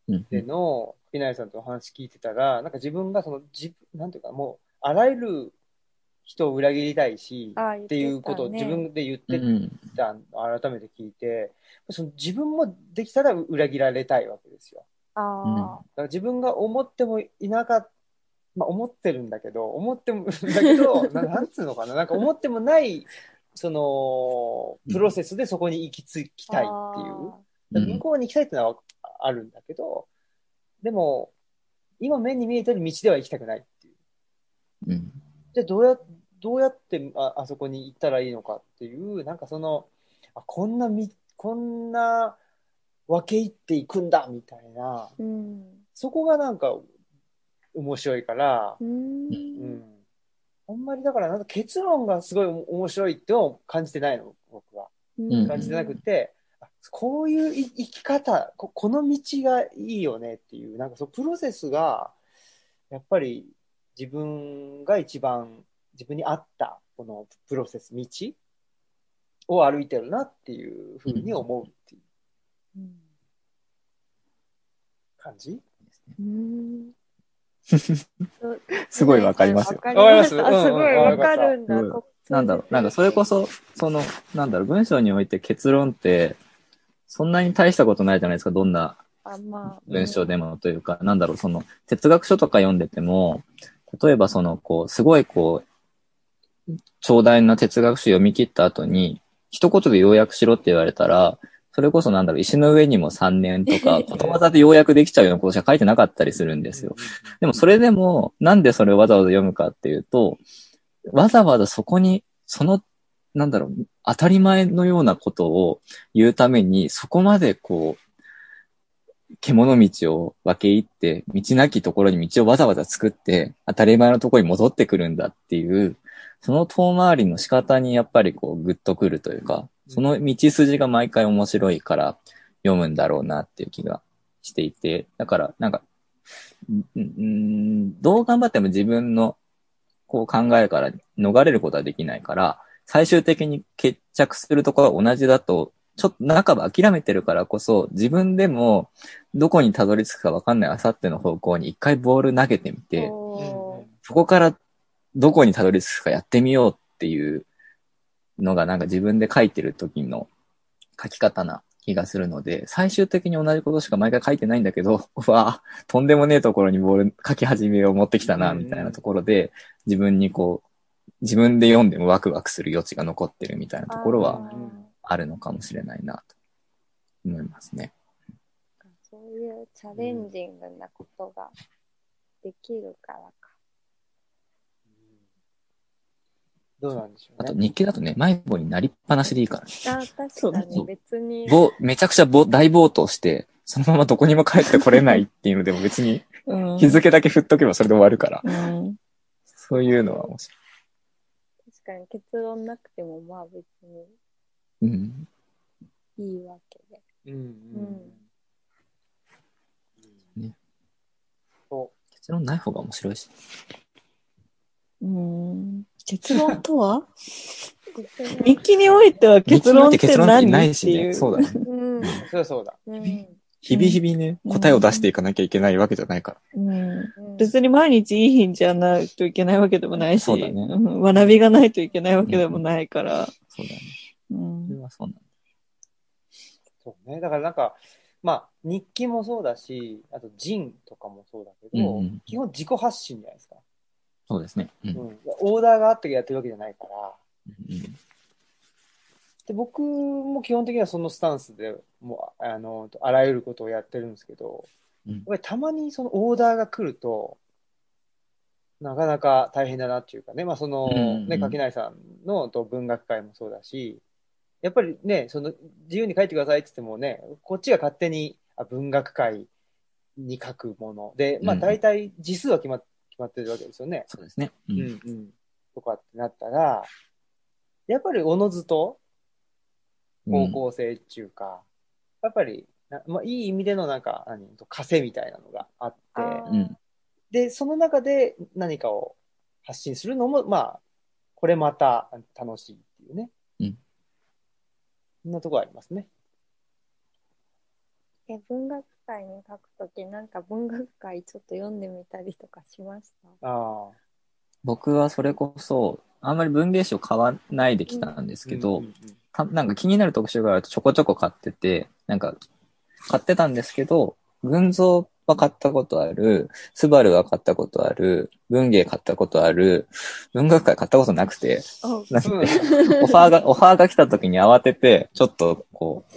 Speaker 3: うん
Speaker 1: での、ピナイさんとお話聞いてたら、なんか自分がその、自分、なんていうか、もう、あらゆる人を裏切りたいし、
Speaker 2: ああ、言
Speaker 1: っていうことを
Speaker 2: ね
Speaker 1: 自分で言っ
Speaker 3: う
Speaker 1: て
Speaker 3: ん。
Speaker 1: たのを改めて聞いて、その自分もできたら裏切られたいわけですよ。
Speaker 2: ああ、
Speaker 1: だから自分が思ってもいなかった、まあ、思ってるんだけど、思っても、だけど、ななんつうのかな、なんか思ってもない、その、プロセスでそこに行き着きたいっていう。
Speaker 3: う
Speaker 1: 向
Speaker 3: ん。
Speaker 1: こうに行きたいってのはあるんだけど、でも、今目に見えてる道では行きたくないっていう。
Speaker 3: うん。
Speaker 1: じゃあどうや、どうやってああそこに行ったらいいのかっていう、なんかその、あこんなみ、こんな分け入っていくんだみたいな、
Speaker 2: あー。うん。
Speaker 1: そこがなんか面白いから
Speaker 2: う、。
Speaker 1: うんん。あんまりだから、なんか結論がすごい面白いってのを感じてないの、僕は。
Speaker 3: うん
Speaker 1: 感じてなくて、あこういうい生き方こ、この道がいいよねっていう、なんかそのプロセスが、やっぱり自分が一番、自分に合った、このプロセス、道を歩いてるなっていうふうに思うっていう感じ、
Speaker 2: うん。
Speaker 3: すごいわかります よ。
Speaker 2: わかります。
Speaker 1: わかります
Speaker 2: あすごいわかるんだ
Speaker 3: うん。なんだろう、なんかそれこそ、その、なんだろう、文章において結論って、そんなに大したことないじゃないですか、どんな
Speaker 2: あ、まあ、
Speaker 3: 文章でもというか、なんだろう、その、哲学書とか読んでても、例えばその、こう、すごいこう、長大な哲学書読み切った後に、一言で要約しろって言われたら、それこそなんだろう、石の上にも3年とか、ことわざで要約できちゃうようなことしか書いてなかったりするんですよ。でもそれでも、なんでそれをわざわざ読むかっていうと、わざわざそこに、その、なんだろう、当たり前のようなことを言うために、そこまでこう、獣道を分け入って、道なきところに道をわざわざ作って、当たり前のところに戻ってくるんだっていう、その遠回りの仕方にやっぱりこう、ぐっとくるというか、その道筋が毎回面白いから読むんだろうなっていう気がしていて、だから、なんか、うんうんどう頑張っても自分のこう考えから逃れることはできないから、最終的に決着するところが同じだと、ちょっと半ば諦めてるからこそ、自分でもどこにたどり着くかわかんないあさっての方向に一回ボール投げてみて、
Speaker 2: お
Speaker 3: そこからどこにたどり着くかやってみようっていうのがなんか自分で書いてる時の書き方な気がするので、最終的に同じことしか毎回書いてないんだけど、 うわぁ、とんでもねえところにボール書き始めを持ってきたな、
Speaker 1: うん
Speaker 3: みたいなところで、自分にこう、自分で読んでもワクワクする余地が残ってるみたいなところ
Speaker 1: うん
Speaker 3: は
Speaker 1: うん
Speaker 3: あるのかもしれないな、と思いますね。
Speaker 2: ーそういうチャレンジングなことができるからか。
Speaker 1: どうなんでしょう
Speaker 3: あと
Speaker 1: ね。
Speaker 3: 日記だとね、迷子になりっぱなしでいいからね。
Speaker 2: あ、確かに別に。
Speaker 3: ぼめちゃくちゃぼ大暴投して、そのままどこにも帰ってこれないっていうのでも別に
Speaker 4: うん。
Speaker 3: 日付だけ振っとけばそれで終わるから。
Speaker 4: うん。
Speaker 3: そういうのは面白
Speaker 2: 確かに結論なくても、まあ別に
Speaker 3: い。うん。
Speaker 2: いいわけで。
Speaker 1: うんうんうん
Speaker 3: ね
Speaker 1: そう
Speaker 3: 結論ない方が面白いし。
Speaker 4: うん。結論とは
Speaker 2: 結
Speaker 4: 日記においては結論っ
Speaker 3: 日記
Speaker 4: て
Speaker 3: なんて結論って
Speaker 4: 何
Speaker 3: ない
Speaker 4: って
Speaker 3: し
Speaker 4: い
Speaker 3: ね。そう
Speaker 4: う。
Speaker 3: だね。
Speaker 2: 論うん。
Speaker 1: そりゃそうだ。
Speaker 2: うん
Speaker 3: 日々日々ね、
Speaker 4: うん
Speaker 3: 答えを出していかなきゃいけないわけじゃないから。
Speaker 4: うん。
Speaker 2: うん。
Speaker 4: 別に毎日いい日じゃないといけないわけでもないし、
Speaker 3: そうだね
Speaker 4: ん学びがないといけないわけでもないから。
Speaker 3: そうだね。
Speaker 4: うん
Speaker 3: それはそうなんだ。
Speaker 1: そうね。だからなんか、まあ、日記もそうだし、あと、ジンとかもそうだけど、
Speaker 3: うんうん
Speaker 1: 基本自己発信じゃないですか。
Speaker 3: そうですね。うん。
Speaker 1: うん。オーダーがあってやってるわけじゃないから。
Speaker 3: うん
Speaker 1: で、僕も基本的にはそのスタンスで、もう、ああの、あらゆることをやってるんですけど、
Speaker 3: うん
Speaker 1: やっぱりたまにそのオーダーが来ると、なかなか大変だなっていうかね、まあその、
Speaker 3: うんうん
Speaker 1: ね、垣内さんのと文学界もそうだし、やっぱりね、その、自由に書いてくださいって言ってもね、こっちが勝手に、あ文学界に書くもので、まあ
Speaker 3: うん
Speaker 1: 大体字数は決ま決まってるわけですよね。
Speaker 3: そうですね。う。
Speaker 1: うんんうん。とかってなったら、やっぱりおのずと方向性っていうか、やっぱり、なまあ、いい意味でのなんか、何、枷みたいなのがあって、
Speaker 2: あ
Speaker 3: うん。うん
Speaker 1: で、その中で何かを発信するのも、まあ、これまた楽しいっていうね。
Speaker 3: うん。
Speaker 1: そんなとこありますね。
Speaker 2: え、文学界に書くとき、なんか文学界ちょっと読んでみたりとかしました。
Speaker 1: ああ。
Speaker 3: 僕はそれこそ、あんまり文芸誌を買わないできたんですけど、
Speaker 1: うんうんうん
Speaker 3: たなんか気になる特集があるとちょこちょこ買ってて、なんか買ってたんですけど、群像は買ったことある、スバルは買ったことある、文芸買ったことある、文学界買ったことなくて、
Speaker 2: あ
Speaker 3: なん
Speaker 1: そう
Speaker 3: で
Speaker 1: なんだ
Speaker 3: オファーが、オファーが来た時に慌てて、ちょっとこう、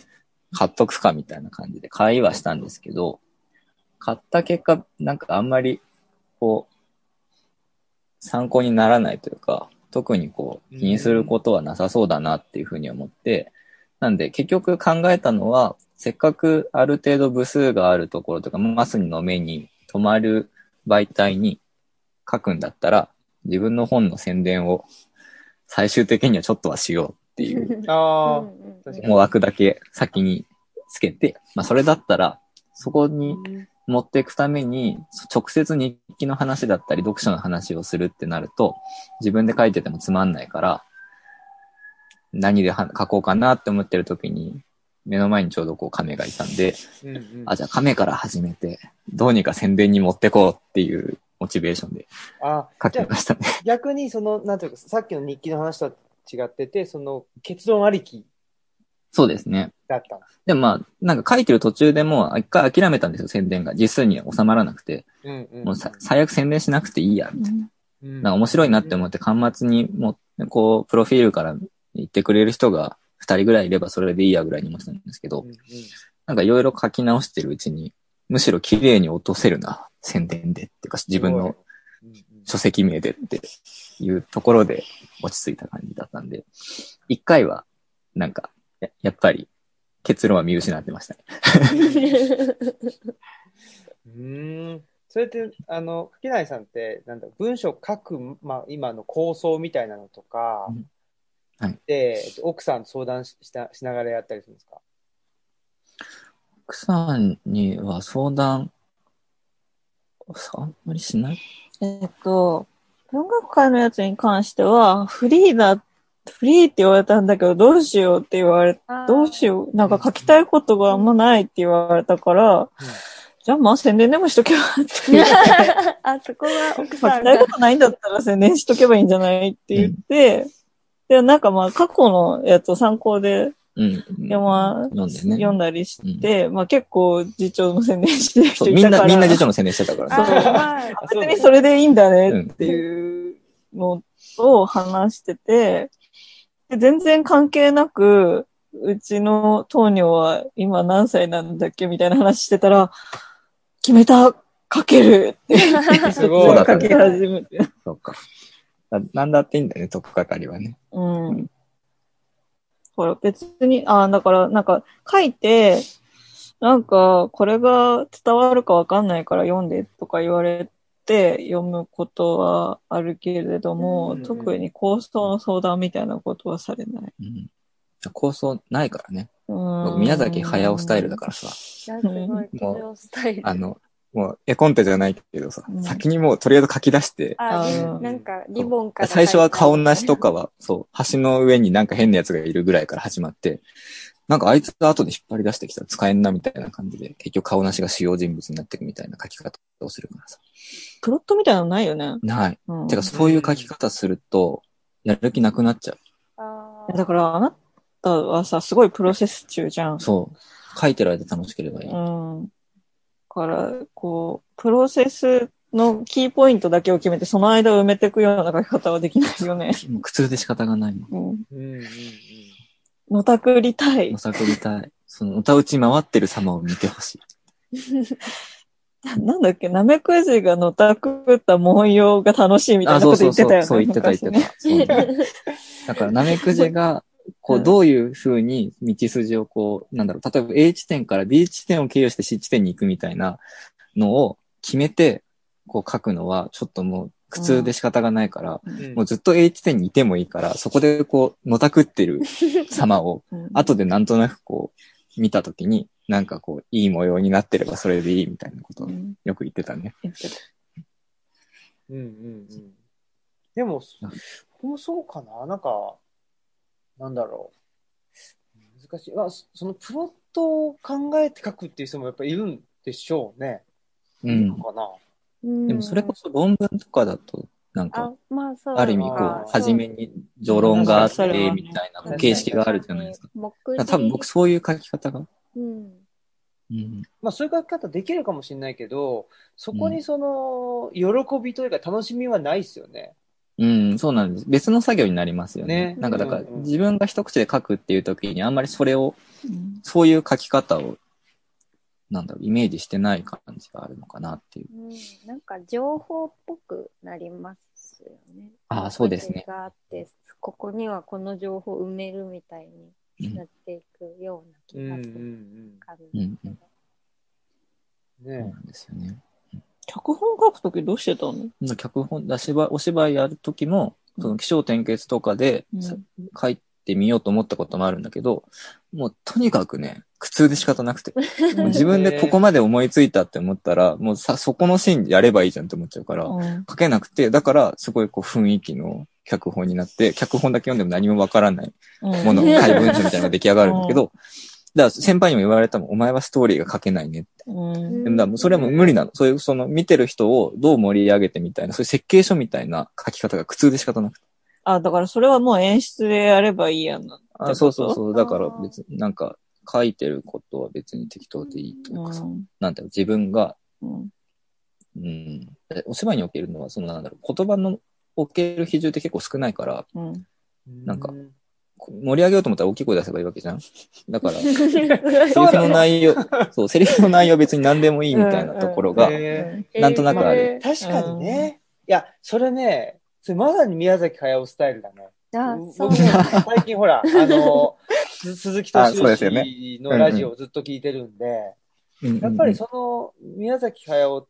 Speaker 3: 買っとくかみたいな感じで買いはしたんですけど、買った結果、なんかあんまり、こう、参考にならないというか、特にこう、気にすることはなさそうだなっていうふうに思って、なんで結局考えたのは、せっかくある程度部数があるところとか、マスの目に止まる媒体に書くんだったら、自分の本の宣伝を最終的にはちょっとはしようっていう
Speaker 1: ああ、
Speaker 2: うんうんうん
Speaker 1: 確か
Speaker 3: 思惑だけ先につけて、まあそれだったら、そこに持っていくために、直接日記の話だったり、読書の話をするってなると、自分で書いててもつまんないから、何では書こうかなって思ってる時に、目の前にちょうどこう亀がいたんで、
Speaker 1: うんうん、
Speaker 3: あ、じゃあ亀から始めて、どうにか宣伝に持ってこうっていうモチベーションで
Speaker 1: あ
Speaker 3: 書
Speaker 1: じ
Speaker 3: き
Speaker 1: ゃあ
Speaker 3: ましたね。
Speaker 1: 逆にその、なんていうか、さっきの日記の話とは違ってて、その結論ありき
Speaker 3: そうですね。
Speaker 1: だったんです。
Speaker 3: でもまあ、なんか書いてる途中でもう一回諦めたんですよ、宣伝が。実数に収まらなくて。
Speaker 1: うんうん、
Speaker 3: もうさ最悪宣伝しなくていいや、みたい
Speaker 1: うん
Speaker 3: な。なんか面白いなって思って、端末にも、こう、プロフィールから言ってくれる人が二人ぐらいいればそれでいいやぐらいに思ってたんですけど
Speaker 1: うん、うん
Speaker 3: なんかいろいろ書き直してるうちに、むしろ綺麗に落とせるな、宣伝で。っていうか、自分の
Speaker 1: うんうん
Speaker 3: 書籍名でっていうところで落ち着いた感じだったんで、一回は、なんか、ややっぱり結論は見失ってましたね。
Speaker 1: うーん。それって、あの、柿内さんって、なんだ、文章書く、まあ、今の構想みたいなのとか
Speaker 3: うん、はい
Speaker 1: で、えっと奥さんと相談ししたしながらやったりするんですか
Speaker 3: 奥さんには相談、あんまりしない
Speaker 4: えっと、文学界のやつに関しては、フリーだ、フリーって言われたんだけど、どうしようって言われ、どうし
Speaker 2: よ
Speaker 4: よう。なんか書きたいことがあんまないって言われたから、じゃあまあ宣伝でもしとけばっていう。
Speaker 2: あ、そこは奥
Speaker 4: 書
Speaker 2: さん
Speaker 4: きたい
Speaker 2: が
Speaker 4: こ。とないんだったら宣伝しとけばいいんじゃないって言って、で、なんかまあ過去のやつを参考で
Speaker 3: うん。
Speaker 4: 読,、ま
Speaker 3: 読んでね。
Speaker 4: 読んだりして、まあ結構次長の宣伝してる
Speaker 3: そ
Speaker 4: 人
Speaker 3: う
Speaker 4: い
Speaker 3: みん
Speaker 4: たか
Speaker 3: な、
Speaker 4: ら。
Speaker 3: みんな辞書の宣伝してたから
Speaker 2: あ
Speaker 3: ね。
Speaker 2: まあ
Speaker 1: あ
Speaker 4: 別
Speaker 1: う
Speaker 4: にそ
Speaker 1: れ。
Speaker 4: れでいいんだねっていうのを話してて、で全然関係なく、うちの糖尿は今何歳なんだっけみたいな話してたら、決めたかけるって
Speaker 1: す
Speaker 3: そ
Speaker 1: ご
Speaker 3: う
Speaker 1: い
Speaker 3: だ。っ
Speaker 4: か
Speaker 3: たね
Speaker 4: け始めて。
Speaker 3: そうか。ななんだっていいんだよね、特化係はね。
Speaker 4: うん。ほら、別に、あだから、なんか、書いて、なんか、これが伝わるかわかんないから読んでとか言われて、読むことはあるけれども、
Speaker 1: うん
Speaker 4: 特に構想の相談みたいなことはされない。
Speaker 3: うん。構想ないからね。
Speaker 4: う
Speaker 3: 僕
Speaker 4: ん
Speaker 3: 宮崎駿スタイルだからさ、
Speaker 2: なん かすごい、それをスタイル。
Speaker 3: あの、もう絵コンテじゃないけどさ、
Speaker 4: うん
Speaker 3: 先にもうとりあえず書き出して、
Speaker 2: あ
Speaker 4: うん
Speaker 2: なんかリボンから。
Speaker 3: 最初は顔なしと。かは、そう、橋の上になんか変なやつがいるぐらいから始まって、なんかあいつが後で引っ張り出してきたら使えんなみたいな感じで、結局顔なしが主要人物になっていくみたいな書き方をするからさ。
Speaker 4: プロットみたいなのないよね。
Speaker 3: ない。
Speaker 4: うん、
Speaker 3: てかそういう書き方すると、やる気なくなっちゃ
Speaker 2: あ
Speaker 4: だから、あなたはさ、すごいプロセス中じゃん
Speaker 3: う。。そう。書いてる間楽しければいい。
Speaker 4: うん。から、こう、プロセスのキーポイントだけを決めて、その間を埋めていくような書き方はできない よね。
Speaker 3: もう苦痛で仕方がないの。
Speaker 4: うん。
Speaker 1: うんうんうん。
Speaker 4: のたくりたい
Speaker 3: お。酒みたい。その歌うち回ってる様を見てほしい。
Speaker 4: なんだっけ、なめくじがのたくった文様が楽しいみたい
Speaker 3: あ、
Speaker 4: な
Speaker 3: そ
Speaker 4: こ
Speaker 3: う
Speaker 4: と
Speaker 3: そ
Speaker 4: 言
Speaker 3: う
Speaker 4: って
Speaker 3: そ
Speaker 4: たよ
Speaker 3: う。
Speaker 4: ね。
Speaker 3: そう言ってた言っ
Speaker 4: 昔ね
Speaker 3: てた。そうねだから、ナメクジが、こ
Speaker 4: う
Speaker 3: う、
Speaker 4: ん
Speaker 3: どういう風に道筋をこう、なんだろう、例えば A 地点から B 地点を経由して C 地点に行くみたいなのを決めて、こう書くのは、ちょっともう苦痛で仕方がないから、
Speaker 1: うん
Speaker 3: もうずっと A 地点にいてもいいから、そこでこう、のたくってる様を、
Speaker 4: うん
Speaker 3: 後でなんとなくこう、見たときに、なんかこう、いい模様になってればそれでいいみたいなことを
Speaker 4: うん
Speaker 3: よく言ってたね。
Speaker 4: 言ってた
Speaker 1: うんうんうん。でも、そ僕もそうかな。なんか、なんだろう。難しい。まあ、そそのプロットを考えて書くっていう人もやっぱいるんでしょうね。
Speaker 3: う
Speaker 1: いる
Speaker 3: ん
Speaker 1: の。かな。
Speaker 2: うん
Speaker 3: でもそれこそ論文とかだと、なんか
Speaker 2: あ、、まあそう。
Speaker 3: ある意味こ
Speaker 1: あ
Speaker 3: う
Speaker 1: ー、
Speaker 3: 初めに序論があっ
Speaker 4: そうそうそれ
Speaker 3: て、
Speaker 4: はね
Speaker 3: みたいな
Speaker 1: 確かに
Speaker 3: 形式があるじゃないですか。。
Speaker 2: 目
Speaker 3: だ
Speaker 2: 次
Speaker 3: から多分僕そういう書き方が。
Speaker 2: うん。
Speaker 3: うん。
Speaker 1: まあそういう書き方できるかもしれないけど、そこにその、喜びというか楽しみはないですよね。
Speaker 3: うん、そうなんです。別の作業になりますよね。
Speaker 1: ね
Speaker 3: なんかだから
Speaker 1: うんうん
Speaker 3: 自分が一口で書くっていう時にあんまりそれを、
Speaker 4: うん
Speaker 3: そういう書き方を、なんだろう、イメージしてない感じがあるのかなっていう。
Speaker 2: うん、なんか情報っぽくなりますよね。
Speaker 3: あーそうですね
Speaker 2: これがあって、ここにはこの情報埋めるみたいになっていくような気
Speaker 1: うんう
Speaker 2: が
Speaker 1: ん
Speaker 2: する感
Speaker 3: う
Speaker 2: じ。
Speaker 3: んうん。そう
Speaker 1: ね
Speaker 3: なんですよね。
Speaker 4: 脚本書くときどうしてたの
Speaker 3: 脚本だ芝居、お芝居やる時も、
Speaker 4: うん
Speaker 3: その気象転結とかで、
Speaker 4: うん
Speaker 3: さ書いてみようと思ったこともあるんだけど、もうとにかくね、苦痛で仕方な くて。も う自分でここまで思いついたって思ったら、もうさ、そこのシーンやればいいじゃんって思っちゃうから、
Speaker 4: うん
Speaker 3: 書けなくて、だからすごいこう雰囲気の脚本になって、脚本だけ読んでも何もわからないもの、
Speaker 4: うん
Speaker 3: 怪文書みたいなのが出来上がるんだけ ど、だから先輩にも言われたもん、お前はストーリーが書けないねって。
Speaker 4: うん
Speaker 3: でもだからもうそれはもう無理なの。そういう、その見てる人をどう盛り上げてみたいな、そういう設計書みたいな書き方が苦痛で仕方なくて。
Speaker 4: あ、だからそれはもう演出でやればいいやんな。
Speaker 3: あそうそうそう。だから
Speaker 2: あー
Speaker 3: 別に、なんか書いてることは別に適当でいいというかさ、
Speaker 4: うん
Speaker 3: なんだろう、自分が、
Speaker 4: うん
Speaker 3: うん、えお芝居におけるのは、そのなんだろう、言葉のおける比重って結構少ないから、
Speaker 4: うん
Speaker 3: なんかこう盛り上げようと思ったら大きい声出せばいいわけじゃん。だから、セ
Speaker 1: そう
Speaker 3: リ
Speaker 1: だね
Speaker 3: フの内容、 そう、セリフの内容は別に何でもいいみたいなところが、
Speaker 1: ね
Speaker 3: なんとなくある。
Speaker 1: 確かにね。いや、それね、それまさに宮崎駿スタイルだね。
Speaker 2: あ
Speaker 1: う、
Speaker 2: そう
Speaker 1: 僕も。最近ほら、あ の、す鈴木
Speaker 3: あそうです
Speaker 1: 敏
Speaker 3: よね
Speaker 1: 夫のラジオをずっと聞いてるんで、
Speaker 3: うんうんうん
Speaker 1: やっぱりその宮崎駿っ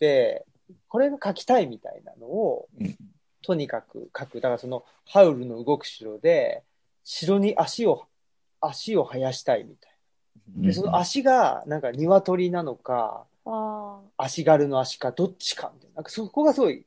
Speaker 1: て、これが書きたいみたいなのを
Speaker 3: うん、
Speaker 1: とにかく書く。だからその、ハウルの動く城で、城に足を、足を生やしたいみたいな。で、その足が、なんか鶏なのか、
Speaker 2: あ
Speaker 1: 足軽の足か、どっちかみたいな。なんかそこがすごい、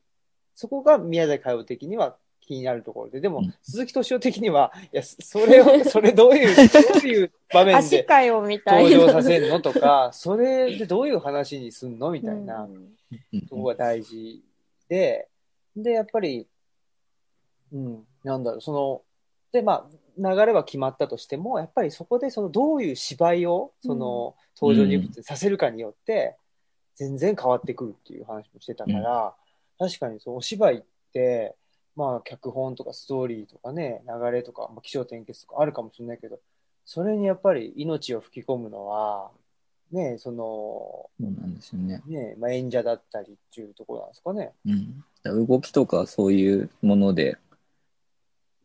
Speaker 1: そこが宮崎駿的には気になるところで、でも、
Speaker 3: うん
Speaker 1: 鈴木敏夫的には、いや、そそれを、それどういう、どういう場
Speaker 2: あ、
Speaker 1: 面
Speaker 2: 足
Speaker 1: で
Speaker 2: かよみたい
Speaker 1: 登
Speaker 2: な。
Speaker 1: 場させるのとか、それでどういう話にすんのみたいな
Speaker 2: う、ん
Speaker 3: うん
Speaker 1: とこが大事で、で、やっぱり、うん、なんだろう、その、で、まあ、流れは決まったとしても、やっぱりそこで、その、どういう芝居を、その、登場人物にさせるかによって、全然変わってくるっていう話もしてたから、確かに、そう、お芝居って、まあ、脚本とかストーリーとかね、流れとか、まあ、気象転結とかあるかもしれないけど、それにやっぱり命を吹き込むのは、ね、その、
Speaker 3: そうなんですよね。
Speaker 1: ね、まあ、演者だったりっていうところなんですかね。
Speaker 3: うん。だから動きとかそういうもので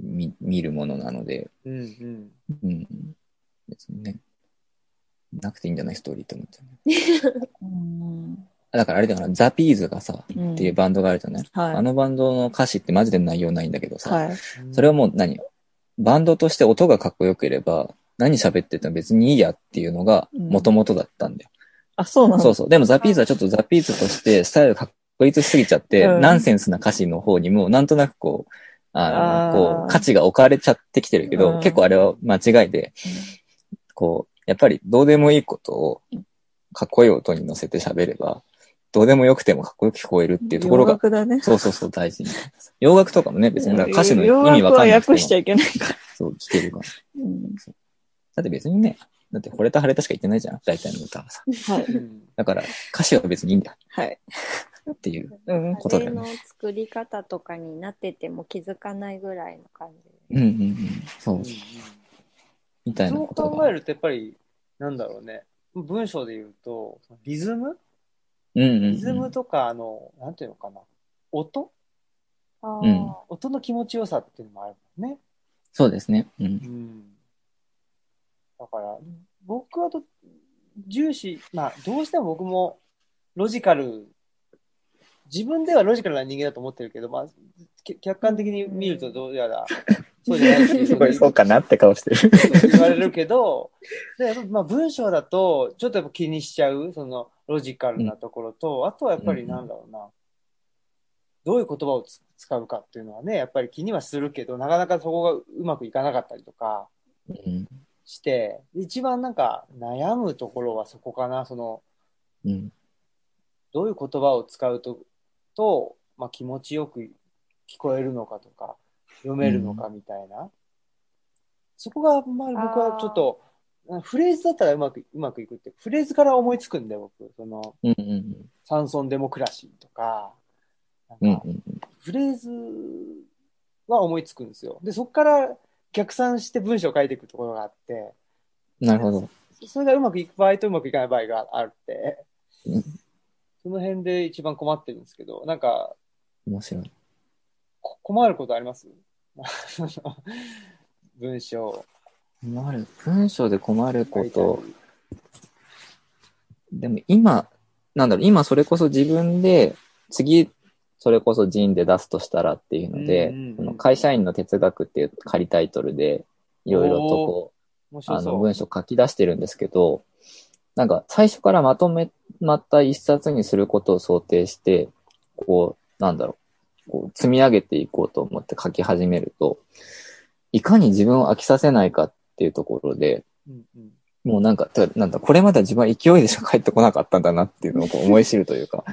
Speaker 3: 見見るものなので、
Speaker 1: うんうん。
Speaker 3: うん。別にね、なくていいんじゃないストーリーって思っちゃうね。
Speaker 4: うん
Speaker 3: あだからあれだから、ザ・ピーズがさ、
Speaker 4: うん
Speaker 3: っていうバンドがあるじゃない、あ
Speaker 4: は
Speaker 3: のバンドの歌詞ってマジで内容ないんだけど
Speaker 4: い。
Speaker 3: さ、
Speaker 4: はい。
Speaker 3: それはもう何バンドとして音がかっこよければ、何喋ってても別にいいやっていうのが元々だったんだよ。
Speaker 4: あ、そうなの
Speaker 3: そうそう。でもザ・ピーズはちょっとザ・ピーズとしてスタイル確立しすぎちゃって、
Speaker 4: うん
Speaker 3: ナンセンスな歌詞の方にもなんとなくこう、あ
Speaker 4: あー
Speaker 3: の、こう、価値が置かれちゃってきてるけど、
Speaker 4: うん
Speaker 3: 結構あれは間違いで、こう、やっぱりどうでもいいことをかっこいい音に乗せて喋れば、どうでもよくてもかっこよく聞こえるっていうところ
Speaker 4: 洋
Speaker 3: が、
Speaker 4: 楽だね。
Speaker 3: そうそうそう大事に。洋楽とかもね、別にだから歌詞の意
Speaker 4: 洋
Speaker 3: 味わ
Speaker 4: 楽
Speaker 3: か
Speaker 4: は
Speaker 3: んなくて
Speaker 4: 訳しちゃ
Speaker 3: も、
Speaker 4: いけないから。
Speaker 3: そう、聞けるから。
Speaker 4: うん
Speaker 3: だって別にね、だって惚れた晴れたしか言ってないじゃん、大体の歌はさ。
Speaker 4: はい。
Speaker 1: うん
Speaker 3: だから歌詞は別にいいんだ
Speaker 4: はい。
Speaker 3: っていう。
Speaker 4: うん。
Speaker 3: ことだよね
Speaker 2: の作り方とかになってても気づかないぐらいの感じ。
Speaker 3: うんうんうん。そう。みたいな
Speaker 1: そう
Speaker 3: こと
Speaker 1: 考え
Speaker 3: が。
Speaker 1: ると、やっぱり、なんだろうね。文章で言うと、リズム
Speaker 3: うんうんうん
Speaker 1: リズムとか、あの、なんていうのかな。音
Speaker 2: ああ、
Speaker 3: うん
Speaker 1: 音の気持ちよさっていうのもあるもんね。
Speaker 3: そうですね。うん。
Speaker 1: うん。だから、僕はと、重視、まあ、どうしても僕も、ロジカル、自分ではロジカルな人間だと思ってるけど、まあ、け客観的に見るとどうやら、そうじゃないって
Speaker 3: すごいそうかなって顔してる。
Speaker 1: 言われるけど、でやっぱまあ文章だと、ちょっとやっぱ気にしちゃう、そのロジカルなところと、あとはやっぱりなんだろうな、どういう言葉をつ使うかっていうのはね、やっぱり気にはするけど、なかなかそこがうまくいかなかったりとか
Speaker 3: うん。
Speaker 1: して、一番なんか悩むところはそこかな、その、
Speaker 3: うん。
Speaker 1: どういう言葉を使うと、と、まあ、気持ちよく聞こえるのかとか、読めるのかみたいな。そこが、あんまり僕はちょっと、フレーズだったらうまく、うまくいくって、フレーズから思いつくんで、僕。その、
Speaker 3: うん。うん。
Speaker 1: サンソンデモクラシーとか、
Speaker 3: う
Speaker 1: なん
Speaker 3: ん
Speaker 1: か、。フレーズは思いつくんですよ。で、そこから逆算して文章を書いていくところがあって、
Speaker 3: うんなるほど。
Speaker 1: それがうまくいく場合とうまくいかない場合があるって
Speaker 3: うん、
Speaker 1: その辺で一番困ってるんですけど、なんか、
Speaker 3: 面白い。
Speaker 1: こ困ることあります 文章
Speaker 3: 困る。文章で困る
Speaker 1: 書
Speaker 3: こ
Speaker 1: いたり
Speaker 3: と。でも今、なんだろう、今それこそ自分で、次、それこそジンで出すとしたらっていうので
Speaker 1: うんうんうん、
Speaker 3: その会社員の哲学っていう仮タイトルで、いろいろとこう、
Speaker 1: 面白
Speaker 3: あ
Speaker 1: そ
Speaker 3: の
Speaker 1: う。
Speaker 3: 文章書き出してるんですけど、なんか最初からまとめまった一冊にすることを想定して、こう、なんだろう、こう積み上げていこうと思って書き始めると、いかに自分を飽きさせないかっていうところで、
Speaker 1: うんうん
Speaker 3: もうなんか、てかなんだ、これまでは自分は勢いでしか帰ってこなかったんだなっていうのをこう思い知るというか、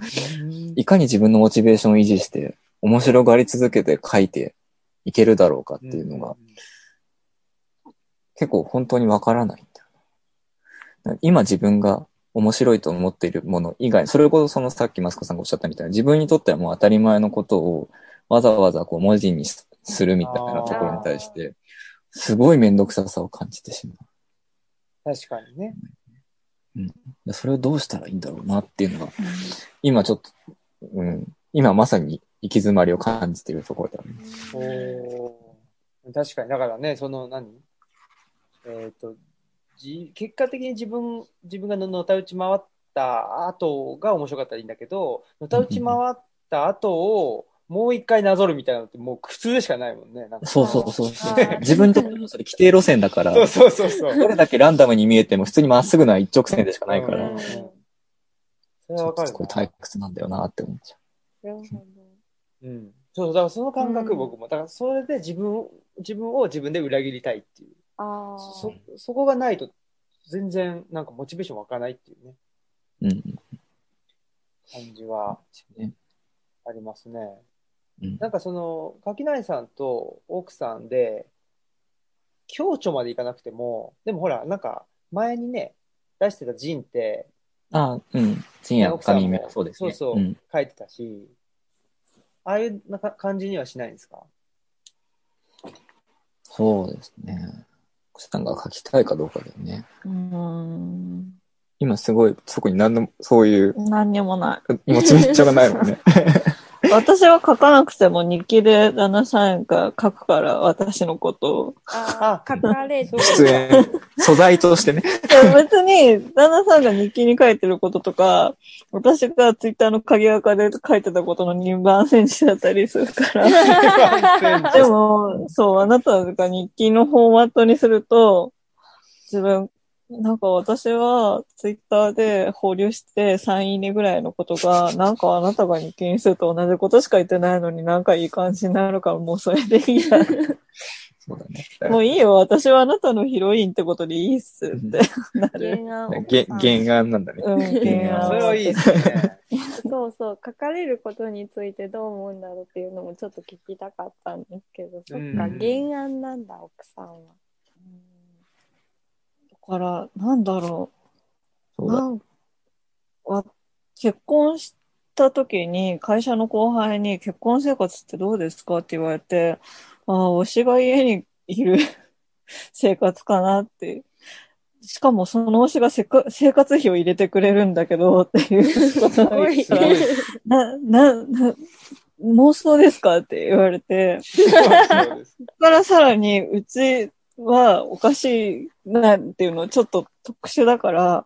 Speaker 3: いかに自分のモチベーションを維持して、面白がり続けて書いていけるだろうかっていうのが、結構本当にわからないんだよな。だから今自分が面白いと思っているもの以外、それこそそのさっきマスコさんがおっしゃったみたいな、自分にとってはもう当たり前のことをわざわざこう文字にすするみたいなところに対して、すごいめんどくささを感じてしま
Speaker 1: 確かにね。
Speaker 3: う。それをどうしたらいいんだろうなっていうのが、今ちょっと、うん、今まさに行き詰まりを感じているところだね。
Speaker 1: おー確かに。だからね、その何えっ、と、じ結果的に自分、自分がののたうち回った後が面白かったらいいんだけど、のたうち回った後をもう一回なぞるみたいなのってもう苦痛でしかないもんね。なんか
Speaker 3: そうそうそうそう
Speaker 2: あー。
Speaker 3: 自分とこにもそれ規定路線だから、
Speaker 1: そう
Speaker 3: ど
Speaker 1: そうそうそう。
Speaker 3: れだけランダムに見えても普通にまっすぐな一直線でしかないか
Speaker 1: う
Speaker 3: ら
Speaker 1: ん、うんそれ
Speaker 3: ち
Speaker 1: は
Speaker 3: ょ
Speaker 1: わ
Speaker 3: っ
Speaker 1: か
Speaker 3: と
Speaker 1: る
Speaker 3: これ
Speaker 1: な。
Speaker 3: 退屈なんだよなって思っちゃ
Speaker 2: なるほど。
Speaker 1: うん。そうそう、だからその感覚
Speaker 2: うん
Speaker 1: 僕も。だからそれで自分を、自分を自分で裏切りたいっていう。
Speaker 2: ああ。
Speaker 1: そ、そこがないと全然なんかモチベーション湧かないっていうね、
Speaker 3: う。うんうん。
Speaker 1: 感じは
Speaker 3: ね
Speaker 1: ありますね。
Speaker 3: うん
Speaker 1: なんかその、垣内さんと奥さんで、共著までいかなくても、でもほら、なんか、前にね、出してたジンって
Speaker 3: ああ、うん。深夜、
Speaker 1: 奥さんも
Speaker 3: 神村、そうですね。
Speaker 1: そうそうん書いてたし、ああいうなんか感じにはしないんですか
Speaker 3: そうですね。奥さんが書きたいかどうかだよね。
Speaker 4: うーん。
Speaker 3: 今すごい、そこに何の、そういう、
Speaker 4: 何にもな
Speaker 3: モチベーションがないもん ね。
Speaker 4: い。私は書かなくても日記で旦那さんが書くから、私のことを。
Speaker 2: ああ、書かれて
Speaker 1: そう
Speaker 2: る。
Speaker 3: 出演、素材としてね。
Speaker 4: でも別に、旦那さんが日記に書いてることとか、私がツイッターの鍵垢で書いてたことの2番センチだったりするから。 でも、そう、あなたが日記のフォーマットにすると、自分、なんか私はツイッターで放流して3いいねぐらいのことが、なんかあなたが日記にすると同じことしか言ってないのになんかいい感じになるからもうそれでいいや。
Speaker 3: そうだね。
Speaker 4: もういいよ、私はあなたのヒロインってことでいいっすってなる。
Speaker 2: 原案。
Speaker 3: げ原案なんだね。
Speaker 4: うん、原案
Speaker 1: それはいいですね。
Speaker 2: そうそう、書かれることについてどう思うんだろうっていうのもちょっと聞きたかったんですけど、そっか、
Speaker 1: うん
Speaker 2: 原案なんだ、奥さんは。
Speaker 4: だから、なんだろ。
Speaker 3: そううだ。
Speaker 4: なんわ結婚した時に、会社の後輩に結婚生活ってどうですかって言われて、ああ、推しが家にいる 生活かなって。しかもその推しがせっか生活費を入れてくれるんだけど、っていうことを言ったら
Speaker 1: すごい
Speaker 4: な、な、 な、妄想ですかって言われて、
Speaker 1: そうです
Speaker 4: そこからさらに、うちはおかしいなっていうのちょっと特殊だから、